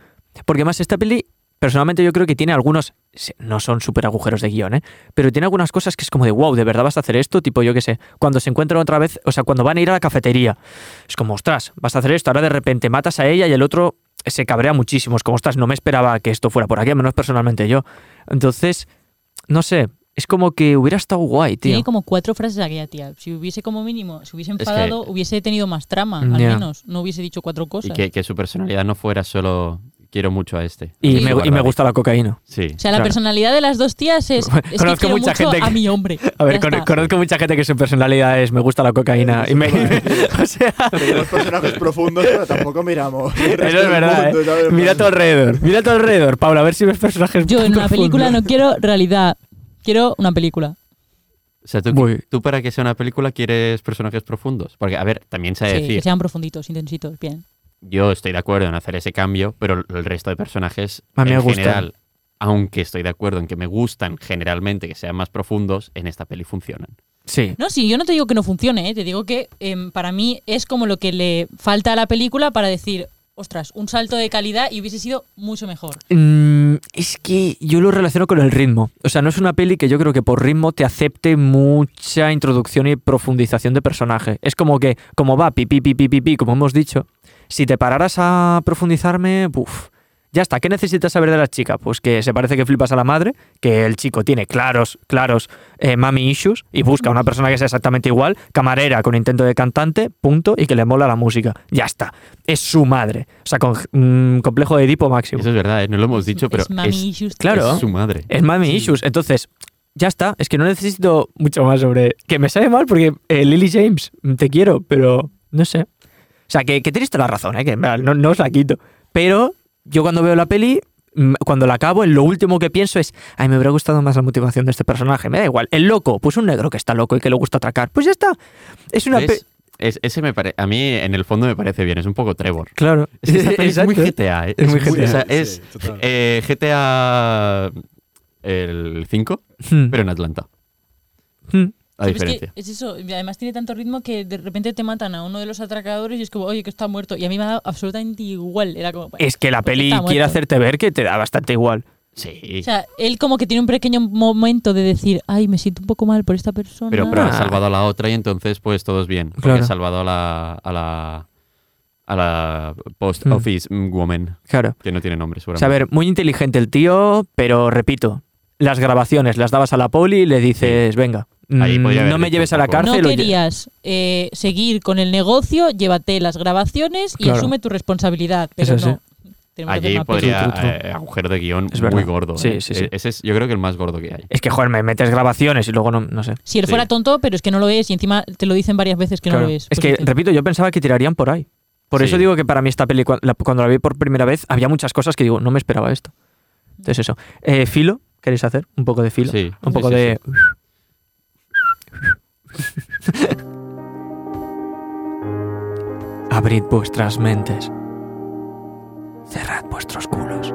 Porque más esta peli, personalmente yo creo que tiene algunos, se- no son súper agujeros de guión, ¿eh? pero tiene algunas cosas que es como de, wow, ¿de verdad vas a hacer esto? Tipo, yo qué sé, cuando se encuentran otra vez, o sea, cuando van a ir a la cafetería, es como, ostras, vas a hacer esto, ahora de repente matas a ella y el otro se cabrea muchísimo, es como, ostras, no me esperaba que esto fuera por aquí, al menos personalmente yo. Entonces, no sé, es como que hubiera estado guay, tío. Tiene como cuatro frases aquella tía. Si hubiese como mínimo, si hubiese que- enfadado, hubiese tenido más trama, al Mm, Ya. menos. No hubiese dicho cuatro Y cosas. que, que su personalidad no fuera solo quiero mucho a este. Y, Sí. me, y me gusta la cocaína. Sí. O sea, la Claro. personalidad de las dos tías es, es que Conozco quiero mucha mucho gente a que- mi hombre. A ver, Ya con- está. conozco mucha gente que su personalidad es me gusta la cocaína. Y me, o sea, Tenemos personajes profundos, pero tampoco miramos. el resto eso es del verdad. mundo, ¿eh? ¿sabes? Mira a tu alrededor. Mira a tu alrededor, Paula, a ver si ves personajes. Yo en tan una película profundos. no quiero realidad, quiero una película. O sea, tú, Muy- tú para que sea una película quieres personajes profundos. Porque, a ver, también se ha de Sí, que decir, sean profunditos, intensitos, bien. yo estoy de acuerdo en hacer ese cambio, pero el resto de personajes, A mí en me gustan. general, aunque estoy de acuerdo en que me gustan generalmente que sean más profundos, en esta peli funcionan. Sí. No, sí, yo no te digo que no funcione, ¿eh? te digo que em, para mí es como lo que le falta a la película para decir, ostras, un salto de calidad y hubiese sido mucho mejor. Mm, es que yo lo relaciono con el ritmo. O sea, no es una peli que yo creo que por ritmo te acepte mucha introducción y profundización de personaje. Es como que, como va, pi, pi, pi, pi, pi, pi, como hemos dicho, si te pararas a profundizarme, buf. Ya está, ¿qué necesitas saber de la chica? Pues que se parece que flipas a la madre, que el chico tiene claros, claros eh, mami issues y busca una persona que sea exactamente igual, camarera con intento de cantante, punto, y que le mola la música. Ya está, es su madre. O sea, con mm, complejo de Edipo máximo. Eso es verdad, ¿eh? no lo hemos dicho, pero es mami es, issues. Claro. es su madre. Es mami issues. Entonces, ya está. Es que no necesito mucho más sobre. Que me sabe mal porque eh, Lily James, te quiero, pero no sé. O sea, que, que tienes toda la razón, ¿eh? que en verdad, no, no os la quito. Pero yo cuando veo la peli, mm, cuando la acabo, en lo último que pienso es: Ay, me hubiera gustado más la motivación de este personaje. Me da igual. El loco, pues un negro que está loco y que le gusta atracar. Pues ya está. Es una. pe- ¿Ves? Es- ese me pare- a mí en el fondo me parece bien, es un poco Trevor. Claro. Es que esta peli es muy Exacto. GTA, ¿eh? Es muy o sea, GTA. es Sí, total. eh, GTA el 5, Hmm, pero en Atlanta. hmm. A Sí, pero es que diferencia. Es, eso, y además tiene tanto ritmo que de repente te matan a uno de los atracadores y es como, oye, que está muerto. Y a mí me ha dado absolutamente igual. Era como, bueno. Es que la Porque peli está muerto. quiere hacerte ver que te da bastante igual. Sí. O sea, él como que tiene un pequeño momento de decir, ay, me siento un poco mal por esta persona. Pero, pero ha Ah. salvado a la otra y entonces pues todo es bien. Porque Claro. ha salvado a la, a la, a la post Mm. office woman, Claro. que no tiene nombre O seguramente. sea, a ver, muy inteligente el tío, pero repito, las grabaciones las dabas a la poli y le dices, venga, Ahí mm, podía haber no me dicho lleves un a la poco. cárcel. no oye. querías eh, seguir con el negocio, llévate las grabaciones y Claro. asume tu responsabilidad. Pero Eso no. Tenemos que hacer Allí una peli. podría Tru, tru, tru. eh, agujero de guión Es muy verdad. gordo. Sí, ¿eh? sí, sí. E- Ese es yo creo que el más gordo que hay. Es que, joder, me metes grabaciones y luego no, no sé. Si él sí. fuera tonto, pero es que no lo es y encima te lo dicen varias veces que Claro. no lo es. es Pues que, dices, repito, yo pensaba que tirarían por ahí. Por Sí. eso digo que para mí esta película, cuando la vi por primera vez, había muchas cosas que digo, no me esperaba esto. Entonces eso. Eh, filo, ¿queréis hacer? Un poco de filo. Sí, Un sí, poco sí, de... Abrid vuestras mentes. Cerrad vuestros culos.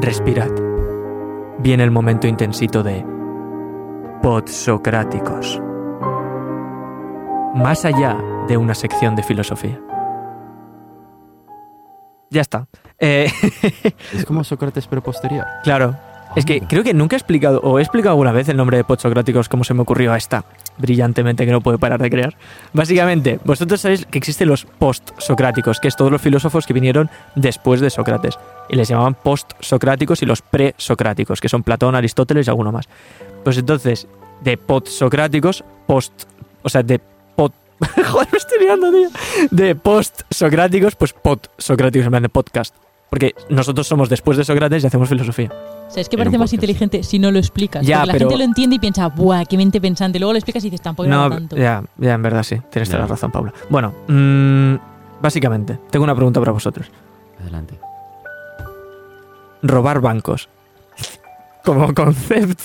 Respirad. Viene el momento intensito de podsocráticos. Más allá de una sección de filosofía. Ya está. Eh, sí. Es como Sócrates pero posterior. Claro. Es que Anda. creo que nunca he explicado, o he explicado alguna vez el nombre de Podsocráticos, como se me ocurrió a esta, brillantemente, que no puede parar de crear. Básicamente, vosotros sabéis que existen los postsocráticos, que es todos los filósofos que vinieron después de Sócrates. Y les llamaban postsocráticos y los presocráticos, que son Platón, Aristóteles y alguno más. Pues entonces, de podsocráticos, post. O sea, de pod. Joder, me estoy liando, tío. De postsocráticos, pues podsocráticos, en plan de podcast. Porque nosotros somos después de Sócrates y hacemos filosofía. ¿Sabes qué Era un parece más podcast. inteligente si no lo explicas? Ya, Porque la pero- gente lo entiende y piensa, ¡buah, qué mente pensante! Luego lo explicas y dices, tampoco era tanto. Ya, ya, en verdad sí. Tienes toda Ya. la razón, Paula. Bueno, mm, básicamente, tengo una pregunta para vosotros. Adelante. Robar bancos. Como concepto.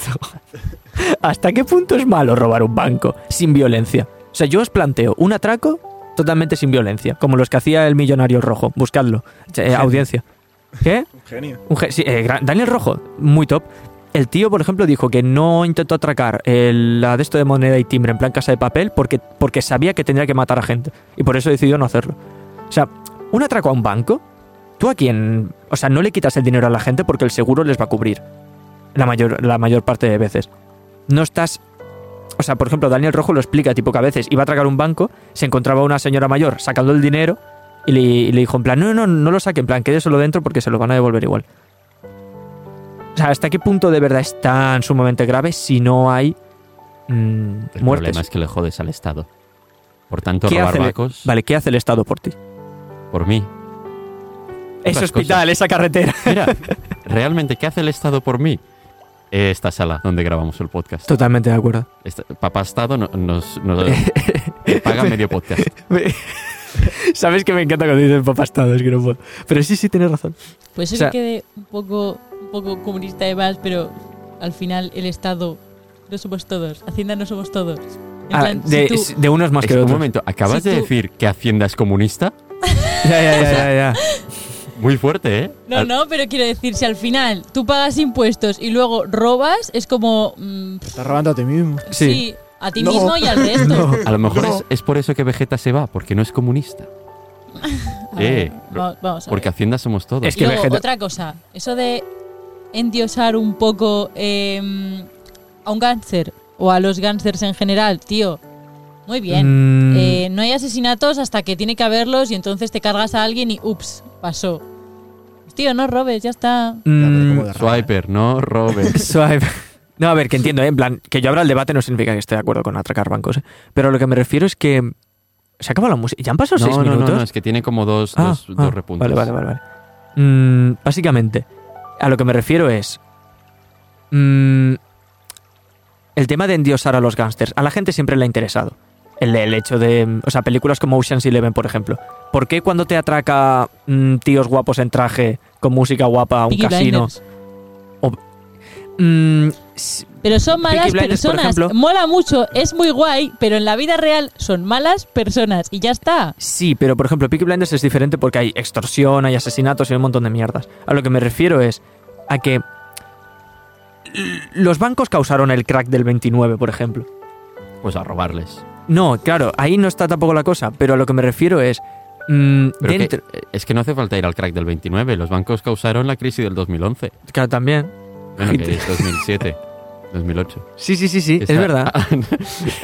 ¿Hasta qué punto es malo robar un banco sin violencia? O sea, yo os planteo un atraco totalmente sin violencia, como los que hacía el millonario rojo. Buscadlo. Eh, audiencia. ¿Qué? Un genio. Un ge- sí, eh, gran- Daniel Rojo, muy top. El tío, por ejemplo, dijo que no intentó atracar el, la de esto de moneda y timbre en plan casa de papel porque, porque sabía que tendría que matar a gente. Y por eso decidió no hacerlo. O sea, un atraco a un banco, tú a quien... O sea, no le quitas el dinero a la gente porque el seguro les va a cubrir. La mayor, la mayor parte de veces. No estás... O sea, por ejemplo, Daniel Rojo lo explica, tipo que a veces iba a atracar un banco, se encontraba una señora mayor sacando el dinero y le, y le dijo en plan, no, no, no lo saque, en plan, quédeselo dentro porque se lo van a devolver igual. O sea, ¿hasta qué punto de verdad es tan sumamente grave si no hay mm, El muertes? problema es que le jodes al Estado. Por tanto, ¿Qué robar hace el- bancos Vale, ¿qué hace el Estado por ti? por mí. Otras Ese hospital, cosas. esa carretera. Mira, realmente, ¿qué hace el Estado por mí? Eh, Esta sala donde grabamos el podcast. Totalmente de acuerdo. Este- papá Estado no- nos, nos- paga medio podcast. Me- Sabes que me encanta cuando dices papastado, es que no puedo. Pero sí, sí, tienes razón. Pues O eso sea- que quede un poco, un poco comunista de más, pero al final el Estado No somos todos. Hacienda no somos todos. En Ah, plan, si de, tú- de unos más Es que que de un otros. momento, ¿acabas Si de tú- decir que Hacienda es comunista? Ya, ya, ya, ya, ya. Muy fuerte, ¿eh? No, Al- no, pero quiero decir, si al final tú pagas impuestos y luego robas, es como. mm, Te estás robando a ti mismo. sí. Sí. a ti No. mismo y al resto. No. A lo mejor No. es, es por eso que Vegeta se va, porque no es comunista. A ver, Eh, va- vamos a Porque ver. Hacienda somos todos. Es Y que luego, Vegeta- otra cosa, eso de endiosar un poco eh, a un gánster o a los gánsters en general, tío. Muy bien. Mm, Eh, no hay asesinatos hasta que tiene que haberlos y entonces te cargas a alguien y ups, pasó. Tío, no robes, ya está. Ya, pero mm, como de raro, ¿eh? Swiper, no robes. suave. No, a ver, que entiendo, ¿eh? En plan, que yo abra el debate no significa que esté de acuerdo con atracar bancos, ¿eh? Pero lo que me refiero es que. ¿Se acaba la música? ¿Ya han pasado No, seis no, no, minutos? no, es que tiene como dos, Ah, dos, ah, dos repuntes. Vale, vale, vale. vale. Mm, básicamente, a lo que me refiero es. mm, el tema de endiosar a los gángsters. A la gente siempre le ha interesado. El, el hecho de. mm, O sea, películas como Ocean's Eleven, por ejemplo. ¿Por qué cuando te atraca mm, tíos guapos en traje con música guapa a un Peaky casino? Blinders. Mm, s- Pero son malas Peaky Blinders, por personas. ejemplo. Mola mucho, es muy guay, pero en la vida real son malas personas y ya está. Sí, pero por ejemplo, Peaky Blinders es diferente porque hay extorsión, hay asesinatos y hay un montón de mierdas. A lo que me refiero es a que l- los bancos causaron el crack del 29, por ejemplo. Pues a robarles. No, claro, ahí no está tampoco la cosa, pero a lo que me refiero es mm, Pero que- eh, dentro- es que no hace falta ir al crack del 29. Los bancos causaron la crisis del 2011. claro, también. Bueno, que es 2007, 2008. Sí, sí, sí, sí, es Está- ah, verdad.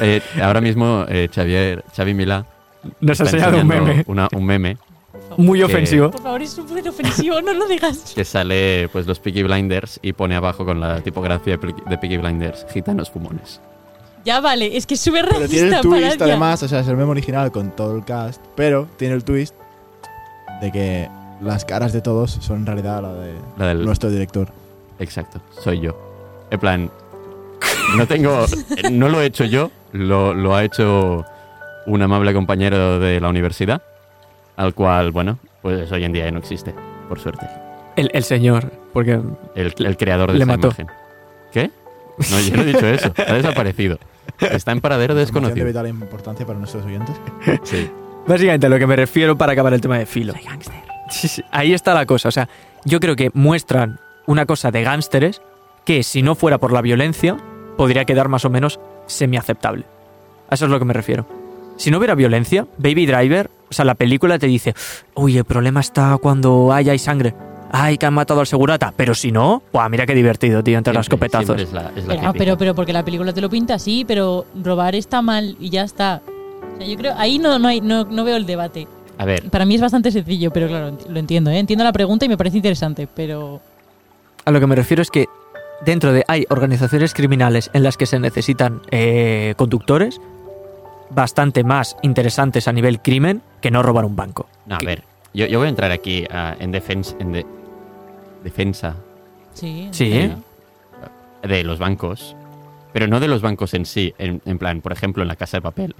Eh, ahora mismo eh, Xavier, Xavi Milá Nos ha está enseñado un enseñando meme una- un meme muy que- ofensivo. Por favor, es súper ofensivo, no lo digas. que sale pues los Peaky Blinders y pone abajo con la tipografía de Peaky- de Peaky Blinders gitanos fumones. Ya vale, es que es súper Pero tiene racista el para twist, además, o sea, es el meme original con todo el cast, pero tiene el twist de que las caras de todos son en realidad la de La del nuestro director. Exacto, soy yo. En plan, no tengo. No lo he hecho yo, lo, lo ha hecho un amable compañero de la universidad, al cual, bueno, pues hoy en día ya no existe, por suerte. El, el señor, porque El, el creador de Le esa mató. imagen. ¿Qué? No, yo no he dicho eso, ha desaparecido. Está en paradero Información de desconocido. vital importancia para nuestros oyentes. Sí. Básicamente a lo que me refiero para acabar el tema de filo. Sí, sí, Ahí está la cosa. O sea, yo creo que muestran una cosa de gánsteres que si no fuera por la violencia podría quedar más o menos semi-aceptable. A eso es lo que me refiero. Si no hubiera violencia, Baby Driver, o sea, la película te dice, uy, el problema está cuando ay, hay sangre. Ay, que han matado al segurata. Pero si no, ¡buah, mira qué divertido, tío, entre los Siempre- copetazos. siempre pues es la- es la Pero, crítica. pero, pero porque la película te lo pinta así, pero robar está mal y ya está. O sea, yo creo, ahí no, no, hay, no, no veo el debate. A ver, Para mí es bastante sencillo, pero claro, enti- lo entiendo, ¿eh? Entiendo la pregunta y me parece interesante, pero... A lo que me refiero es que dentro de hay organizaciones criminales en las que se necesitan eh, conductores bastante más interesantes a nivel crimen que no robar un banco. no, a ¿Qué? ver, yo, yo voy a entrar aquí ah, en, defensa en de- defensa Sí. Sí, ¿eh? de los bancos, pero no de los bancos en sí. En, en plan, por ejemplo, en la casa de papel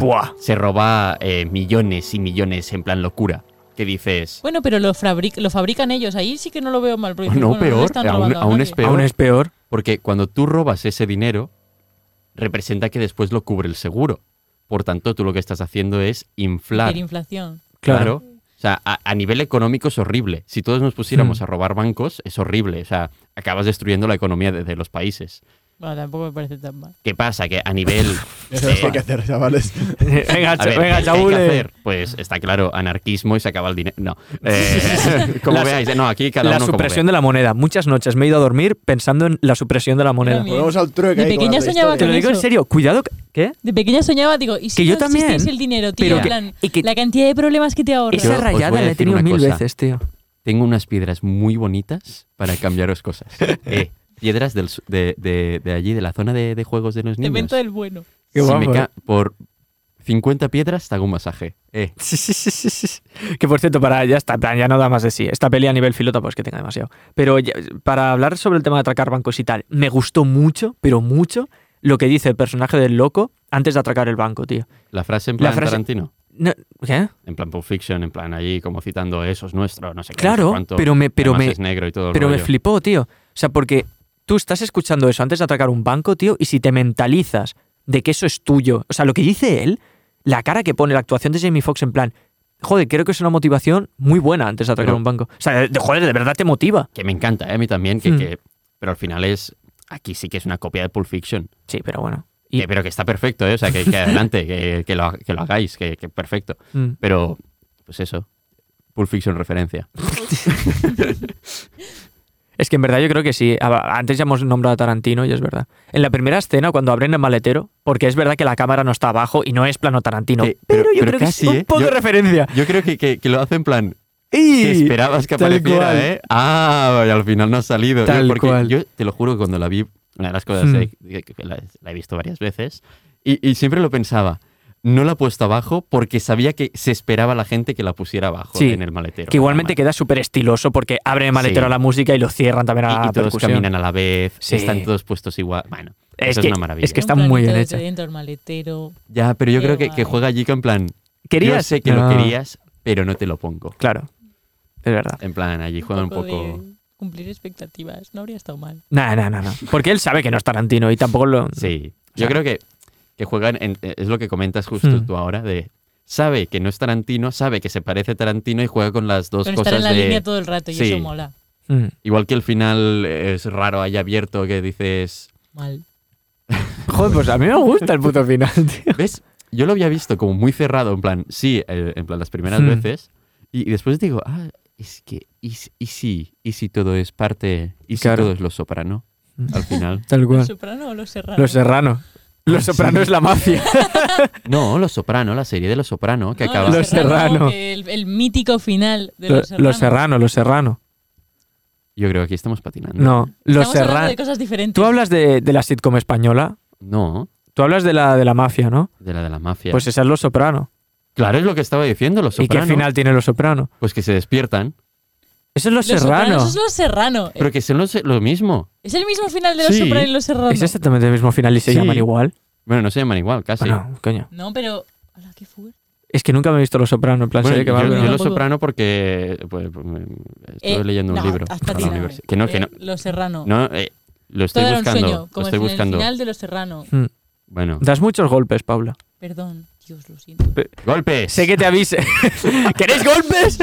Buah. se roba eh, millones y millones en plan locura. Que dices, Bueno, pero lo, fabric- lo fabrican ellos. Ahí sí que no lo veo mal. porque No, bueno, le peor, están aún- robando a aún nadie. es peor. Aún es peor. porque cuando tú robas ese dinero, representa que después lo cubre el seguro. Por tanto, tú lo que estás haciendo es inflar. Hiperinflación. Claro. O sea, a, a nivel económico es horrible. Si todos nos pusiéramos Hmm. a robar bancos, es horrible. O sea, acabas destruyendo la economía de, de los países. Bueno, tampoco me parece tan mal. ¿Qué pasa? Que a nivel... Ya sabes eh, qué hay que hacer, chavales. venga, A cha- ver, venga, eh, ¿qué hay que chabule. hacer? Pues está claro, anarquismo y se acaba el dinero. No. Eh, como La- veáis, no, aquí cada La uno como supresión ve. de la moneda. Muchas noches me he ido a dormir pensando en la supresión de la moneda. Mira, Volvemos al trueque. De ahí con pequeña la otra soñaba Te historia. lo digo en Eso. serio. Cuidado. que- ¿Qué? De pequeña soñaba, digo, ¿y si Que yo no existiese también, el dinero, tío? pero En que- plan, y que- la cantidad de problemas que te ahorras. Yo Esa os voy a rayada la he decir tenido una mil cosa. veces, tío. Tengo unas piedras muy bonitas para cambiaros cosas. Eh, piedras del su- de, de- de allí, de la zona de, de juegos de los Te niños. invento del bueno. Qué Si me guapo, ¿eh? ca- por 50 piedras te hago un masaje. Eh, Sí, sí, sí, sí, sí. Que por cierto, para ya está, en plan, ya no da más de sí. Esta peli a nivel filota, pues que tenga demasiado. Pero ya- para hablar sobre el tema de atracar bancos y tal, me gustó mucho, pero mucho, lo que dice el personaje del loco antes de atracar el banco, tío. la frase en La plan frase- Tarantino. No, ¿Qué? En plan Pulp Fiction, en plan allí como citando eso es nuestro, no sé qué. no sé Claro, cuánto. pero me, pero Además me, es negro y todo el pero me rollo. flipó, tío. O sea, porque tú estás escuchando eso antes de atracar un banco, tío, y si te mentalizas de que eso es tuyo, o sea, lo que dice él, la cara que pone, la actuación de Jamie Foxx en plan, joder, creo que es una motivación muy buena antes de atracar Pero- un banco. O sea, de, joder, de verdad te motiva. Que me encanta, ¿eh? a mí también. Que, Mm. que- pero al final es. Aquí sí que es una copia de Pulp Fiction. Sí, pero bueno. Y- Que- pero que está perfecto, ¿eh? O sea, que, que adelante, que, que lo, que lo hagáis, que, que perfecto. Mm. Pero, pues eso. Pulp Fiction referencia. Es que en verdad yo creo que sí. A- Antes ya hemos nombrado a Tarantino y es verdad. En la primera escena, cuando abren el maletero, porque es verdad que la cámara no está abajo y no es plano Tarantino. Sí, pero, pero- yo pero creo casi, que es ¿eh? un poco Yo- de referencia. Yo creo que, que- que lo hace en plan. Y... Que esperabas que tal apareciera, cual. ¿eh? Ah, y al final no ha salido. Tal yo, porque cual. yo te lo juro que cuando la vi, una de las cosas Hmm. eh, que, que la, la he visto varias veces, y, y siempre lo pensaba. No la he puesto abajo porque sabía que se esperaba la gente que la pusiera abajo Sí, en el maletero. Que igualmente nada queda súper estiloso porque abre el maletero Sí. a la música y lo cierran también a más. la y, y todos percusión. caminan a la vez, Sí. están todos puestos igual. Bueno, Es eso que- es una maravilla. es que- está Un planito muy bien hecha. desde dentro del maletero. Ya, pero yo Qué creo que, guay. que juega allí que en plan. Yo ¿Querías? sé que No. lo querías, pero no te lo pongo. Claro. Es verdad. En plan, allí juega un poco. de cumplir expectativas. No habría estado mal. No, no, no, no. Porque él sabe que no es Tarantino y tampoco Sí. lo. O sea- Yo creo que, que juegan, en- eh, es lo que comentas justo Hmm. tú ahora, de sabe que no es Tarantino, sabe que se parece a Tarantino y juega con las dos Pero estar cosas en la de... línea todo el rato y Sí. eso mola. Mm. Igual que el final es raro ahí abierto que dices... Mal. Joder, pues a mí me gusta el puto final, tío. ¿Ves? Yo lo había visto como muy cerrado, en plan, sí, eh, en plan las primeras Hmm. veces. Y, y después digo, ah, es que, y, si- y si, y si todo es parte, y si Claro. todo es lo soprano, Hmm. al final. Tal ¿Los cual. soprano o los serrano? Los Serrano. Los Soprano es la mafia. No, Lo Soprano, la serie de Lo Soprano, que No, acaba... Ah. Los Serrano. El, el mítico final de los Los serrano. los Serrano, los Serrano. Yo creo que aquí estamos patinando. No, los Estamos hablando Serrano. de cosas diferentes. Tú hablas de, de la sitcom española. No, Tú hablas de la, de la mafia, ¿no? de la de la mafia. Pues esa es Los Soprano. Claro, es lo que estaba diciendo, los ¿Y qué soprano. final tiene Los Soprano? Pues que se despiertan, Eso es Los, Los Soprano, Serrano. Eso es los serrano. pero que son los- lo mismo. Es el mismo final de los Sí. soprano y los serrano. Es exactamente el mismo final y se Sí. llaman igual. Bueno, no se llaman igual, casi. Bueno, Bueno, coño. No, pero. Hola, qué fuerte. Es que nunca me he visto Los Soprano en plan serie que yo, va yo pero- no. lo soprano porque pues, pues, me- estuve Eh, leyendo un no, libro has para la patinado, universidad. Que no, que no. eh, Los serrano. No, eh, lo estoy buscando. Todo era un sueño, lo como estoy el final- buscando. final de los serrano. Mm. Bueno, Das muchos golpes, Paula. Perdón, Dios, lo siento. golpes. Sé que te avise. ¿Queréis golpes?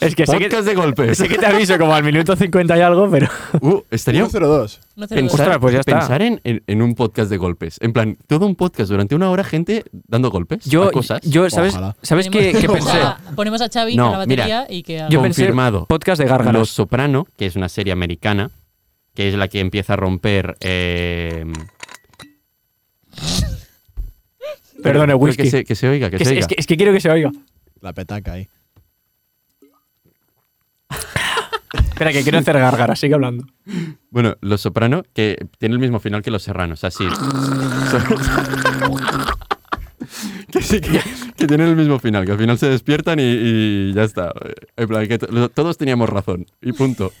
es que sé que, Podcast de golpes. sé que te aviso como al minuto 50 y algo, pero. Uh, estaría 102. No te lo pensar, doy. Ostras, pues ya está. pensar en, en- en un podcast de golpes. En plan, todo un podcast durante una hora gente dando golpes a Yo, cosas. yo ¿sabes, Ojalá. ¿sabes qué, Tenemos qué que pensé? poner a- Ponemos a Xavi No, con la batería mira, y que haga- Yo pensé- confirmado. Podcast de Los gárgaras. Soprano, que es una serie americana, que es la que empieza a romper. eh, Perdone, pero whisky. Que se, que se oiga, que, Que es, se es oiga. que, es que quiero que se oiga. La petaca ahí. Espera, que quiero hacer gárgaras, sigue hablando. Bueno, Los Soprano, que tiene el mismo final que Los Serranos, así. que sí, que, que tienen el mismo final, que al final se despiertan y, y ya está. En plan, que to- todos teníamos razón, y punto.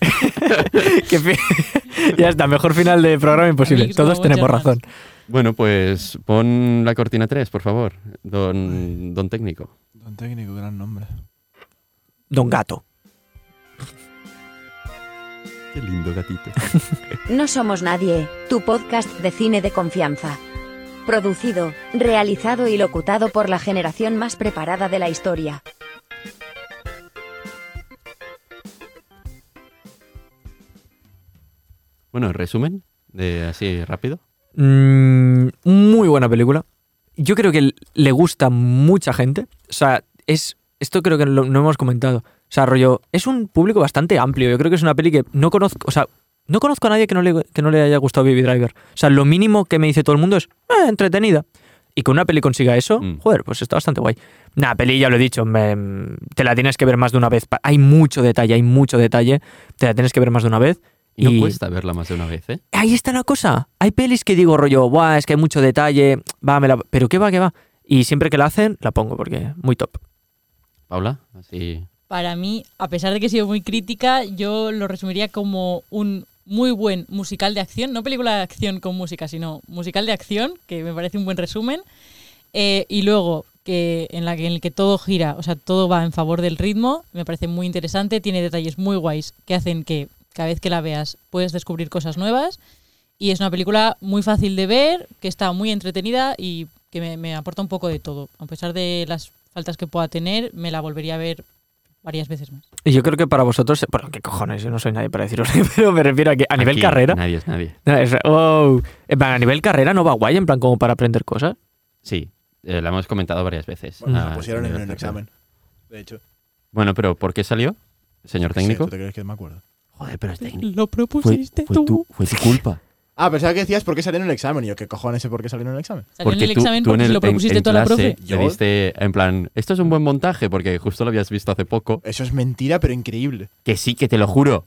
Que fi- ya está, mejor final de programa imposible. Amigos, Todos como tenemos muchas razón. Bueno, pues pon la cortina 3, por favor, don, don técnico. Don técnico, gran nombre. Don Gato. Qué lindo gatito. No Somos Nadie, tu podcast de cine de confianza. Producido, realizado y locutado por la generación más preparada de la historia. Bueno, resumen, de, así rápido. Mm, muy buena película. Yo creo que l- le gusta a mucha gente. O sea, es. Esto creo que lo- no hemos comentado. O sea, rollo. Es un público bastante amplio. Yo creo que es una peli que no conozco. O sea, no conozco a nadie que no le, que no le haya gustado Baby Driver. O sea, lo mínimo que me dice todo el mundo es. "Ah, entretenida. Y que una peli consiga eso, Mm. joder, pues está bastante guay. Nah, peli, ya lo he dicho, me- te la tienes que ver más de una vez. Pa- Hay mucho detalle, hay mucho detalle. Te la tienes que ver más de una vez. Y no Y- cuesta verla más de una vez, ¿eh? ahí está la cosa. Hay pelis que digo rollo, Buah, es que hay mucho detalle, va, me la... pero qué va, qué va. Y siempre que la hacen, la pongo porque muy top. Paula, así. Para mí, a pesar de que he sido muy crítica, yo lo resumiría como un muy buen musical de acción, no película de acción con música, sino musical de acción, que me parece un buen resumen. Eh, y luego, que en, la que, en el que todo gira, o sea, todo va en favor del ritmo, me parece muy interesante, tiene detalles muy guays que hacen que Cada vez que la veas puedes descubrir cosas nuevas. Y es una película muy fácil de ver, que está muy entretenida y que me, me aporta un poco de todo. A pesar de las faltas que pueda tener, me la volvería a ver varias veces más. Y yo creo que para vosotros, eh, bueno, qué cojones, yo no soy nadie para deciros, pero me refiero a que a nivel Aquí carrera, Nadie es nadie. no, es- wow. En plan, a nivel carrera no va guay, en plan como para aprender cosas. Sí, eh, la hemos comentado varias veces. Bueno, Ah, la pusieron en nivel el perfecto. examen. De hecho, Bueno, pero ¿por qué salió, señor Sí, técnico? ¿tú te crees que me acuerdo? Joder, pero es técnico. Lo propusiste tú. Pues fue tu culpa. Ah, pensaba que decías por qué salieron en el examen. Y yo, ¿qué cojones sé por qué salieron en el examen? Salió en el examen tú porque se lo propusiste tú a la clase profe. le diste, en plan, esto es un buen montaje, porque justo lo habías visto hace poco. Eso es mentira, pero increíble. Que sí, que te lo juro.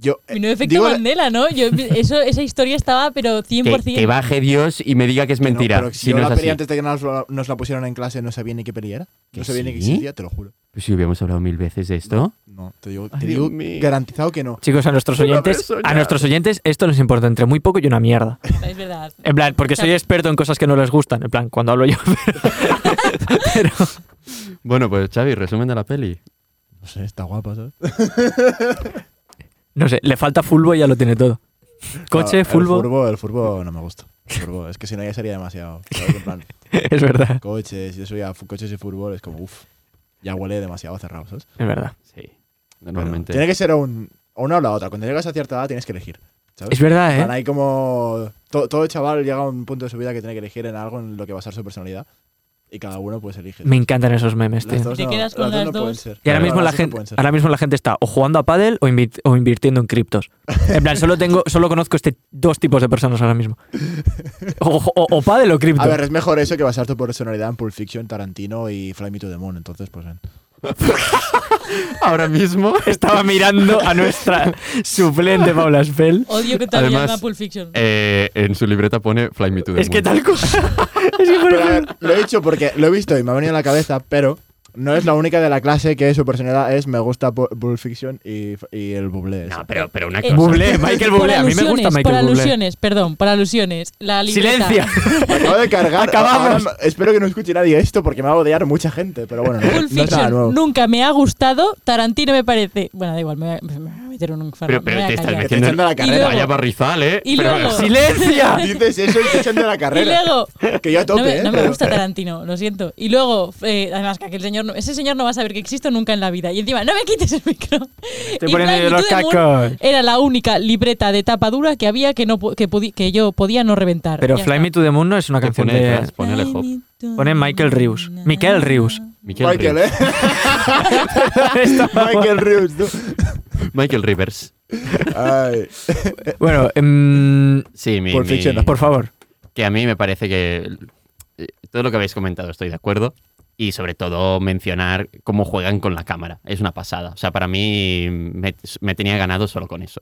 Yo. eh, Y no efecto digo- Mandela, ¿no? Yo, eso, esa historia estaba, pero Que, 100%. que baje Dios y me diga que es que no, mentira. pero si yo no la es peli así. antes de que nos la, nos la pusieran en clase no sabía ni qué peli era. ¿Que No sabía ni que sí? existía, te lo juro. Pues si hubiéramos hablado mil veces de esto. No, te digo, Ay, te digo Dios mío. garantizado que no. Chicos, a nuestros Solo haber oyentes, a soñado. nuestros oyentes esto les importa entre muy poco y una mierda. Es verdad. En plan, porque soy experto en cosas que no les gustan, en plan, cuando hablo yo. Pero, Bueno, pues Xavi, resumen de la peli. No sé, está guapa, ¿sabes? no sé, le falta fulbo y ya lo tiene todo. Coche, No, El fulbo, furbo, el furbo no me gusta. El furbo, es que si no ya sería demasiado. ¿sabes? En plan, es verdad, coches y eso ya, fu- coches y fútbol es como, uff, ya huele demasiado cerrado, ¿sabes? es verdad. Sí, Pero normalmente. tiene que ser un, o una o la otra. Cuando llegas a cierta edad tienes que elegir, ¿sabes? Es verdad, En plan, ¿eh? Hay como, to- todo chaval llega a un punto de su vida que tiene que elegir en algo en lo que basar su personalidad y cada uno pues elige. Me encantan esos memes, Las tío. dos Te no- quedas con las no dos. pueden ser. Y ahora No, mismo, la las dos no gente, pueden ser. ahora mismo la gente está o jugando a pádel o, invi- o invirtiendo en criptos. En plan, solo tengo, solo conozco este dos tipos de personas ahora mismo. O, o, o pádel o cripto. A ver, es mejor eso que basar tu personalidad en Pulp Fiction, Tarantino y Fly Me to the Moon. Entonces, pues ven. Ahora mismo. Estaba mirando a nuestra suplente Paula Spell. Odio que todavía Además, llama Pulp Fiction. eh, en su libreta pone Fly Me to the Es que Moon. tal cosa. Es que por Pero a pues- ejemplo- ver, lo he dicho porque lo he visto y me ha venido a la cabeza, pero no es la única de la clase que su personalidad es me gusta Pu- Pulp Fiction y, y el bublé. ese. No, pero, pero una Eh, cosa. Bublé, Michael Por Bublé. A mí me gusta alusiones, Michael Por Bublé. alusiones, perdón, por alusiones. La libreta. Silencio. Me acabo de cargar. Acabamos. Ahora me- espero que no escuche nadie esto porque me va a odiar mucha gente, pero bueno, no, no Pulp es nada Fiction nuevo. nunca me ha gustado. Tarantino me parece. Bueno, da igual, me voy a, me voy a meter en un Pero, inferno. pero me voy te a estás callar. Te metiendo echan de la Y carrera. luego- Vaya barrizal, ¿eh? Y Pero- luego- ¡Silencia! Dices eso y te echan de la Y carrera. luego. que yo a tope, no me, ¿eh? no me pero- gusta Tarantino, lo siento. Y luego, eh, además, que aquel señor no- ese señor no va a saber que existo nunca en la vida. Y encima, no me quites el micro. Estoy Y poniendo Fly yo Me los to the Moon cacos. Era la única libreta de tapa dura que había que, no, po- que, podi- que yo podía no reventar. Pero Ya Fly está. Me to the Moon no es una ¿Qué canción pone de. detrás? Ponele Hop. Pone Michael Rius. Miquel Rius. Michael, Michael, Rivers. ¿eh? Michael Rius, tú. Michael Rivers. Ay. Bueno, em, Sí, mi, Pulp mi- Fiction, por favor. que a mí me parece que eh, todo lo que habéis comentado estoy de acuerdo. Y sobre todo mencionar cómo juegan con la cámara. Es una pasada. O sea, para mí me, me tenía ganado solo con eso.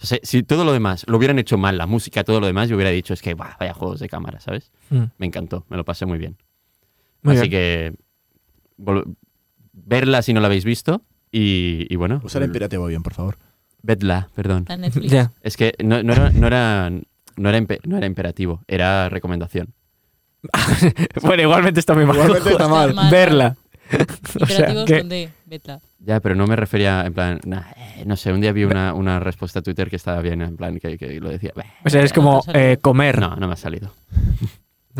O sea, si todo lo demás lo hubieran hecho mal, la música, todo lo demás, yo hubiera dicho, es que "Buah, vaya juegos de cámara, ¿sabes? Mm, Me encantó, me lo pasé muy bien. muy Así bien. que vol- verla si no la habéis visto y, y bueno, Usar el pirateo bien, por favor. vedla, perdón. A Netflix. Ya. Es que no, no era, no, era, no, era impe- no era imperativo, era recomendación. Bueno, igualmente está muy mal. Igualmente está mal. mal. Verla. O sea, Imperativos que- con D, Betla. Ya, pero no me refería en plan, nah, eh, no sé, un día vi una, una respuesta a Twitter que estaba bien, en plan, que, que lo decía. "Bah". O sea, es como eh, comer. No. No, no me ha salido.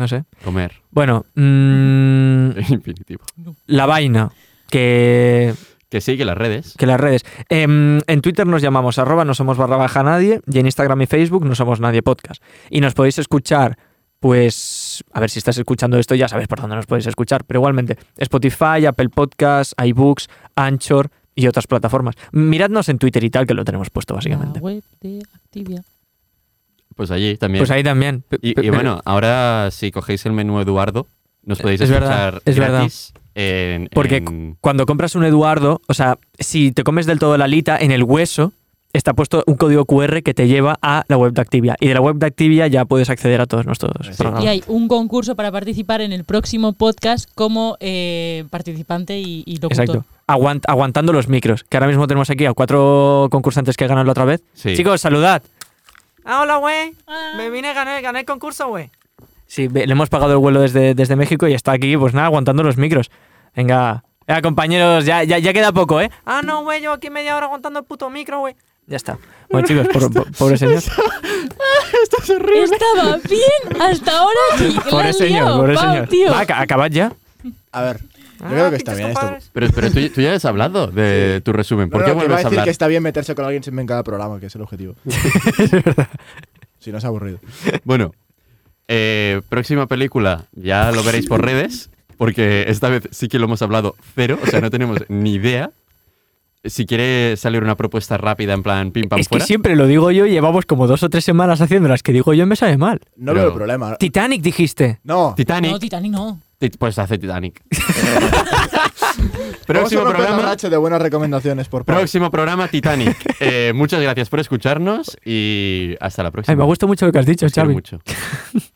sé. Comer, Bueno, mm, en infinitivo. la vaina. Que, Que sí, que las redes. que las redes. Em, en Twitter nos llamamos arroba no somos barra baja nadie y en Instagram y Facebook no somos nadie podcast. Y nos podéis escuchar, pues, a ver si estás escuchando esto ya sabes por dónde nos podéis escuchar, pero igualmente Spotify, Apple Podcasts, iBooks, Anchor y otras plataformas. Miradnos en Twitter y tal, que lo tenemos puesto básicamente. La web de Activia. Pues allí también. Pues ahí también. y, y bueno, ahora si cogéis el menú Eduardo, nos podéis Eh, Es verdad, escuchar es verdad. gratis en- Porque en- cuando compras un Eduardo, o sea, si te comes del todo la alita, en el hueso está puesto un código QR que te lleva a la web de Activia. Y de la web de Activia ya puedes acceder a todos nuestros Sí. programas. Y hay un concurso para participar en el próximo podcast como eh, participante y, y locutor. Exacto. Aguant- aguantando los micros, que ahora mismo tenemos aquí a cuatro concursantes que ganan la otra vez. sí. Chicos, saludad. Ah, hola, güey. Ah. Me vine, gané, gané el concurso, güey. Sí, ve- le hemos pagado el vuelo desde, desde México y está aquí, pues nada, aguantando los micros. Venga. Venga, compañeros, ya, ya, ya queda poco, ¿eh? Ah, no, güey, yo aquí media hora aguantando el puto micro, güey. ¿eh? Ya está. Bueno, chicos, por- po- pobre señor. Esto es horrible. Estaba bien hasta ahora que la Pobre has señor, liado, pobre Pau, señor. tío. Va, aca- acabad ya. A ver, Ah, Ah, yo creo que está bien esto. Pero, pero tú, tú ya has hablado de tu resumen. ¿Por No, qué no, que iba a vuelves a decir hablar? que está bien meterse con alguien siempre en cada programa, que es el objetivo. Si no es aburrido. Bueno, eh, próxima película ya lo veréis por redes, porque esta vez sí que lo hemos hablado cero, o sea, no tenemos ni idea. Si quiere salir una propuesta rápida en plan pim pam Es que fuera. siempre lo digo yo y llevamos como dos o tres semanas haciendo las que digo yo y me sabe mal. No Pero- veo el problema. Titanic dijiste. No, No, Titanic, Titanic no. ti- pues hace Titanic. vamos a próximo romper la programa, racha de buenas recomendaciones por Pau. próximo programa Titanic. Eh, muchas gracias por escucharnos y hasta la próxima. Ay, me gusta mucho lo que has dicho, Os quiero Xavi. mucho.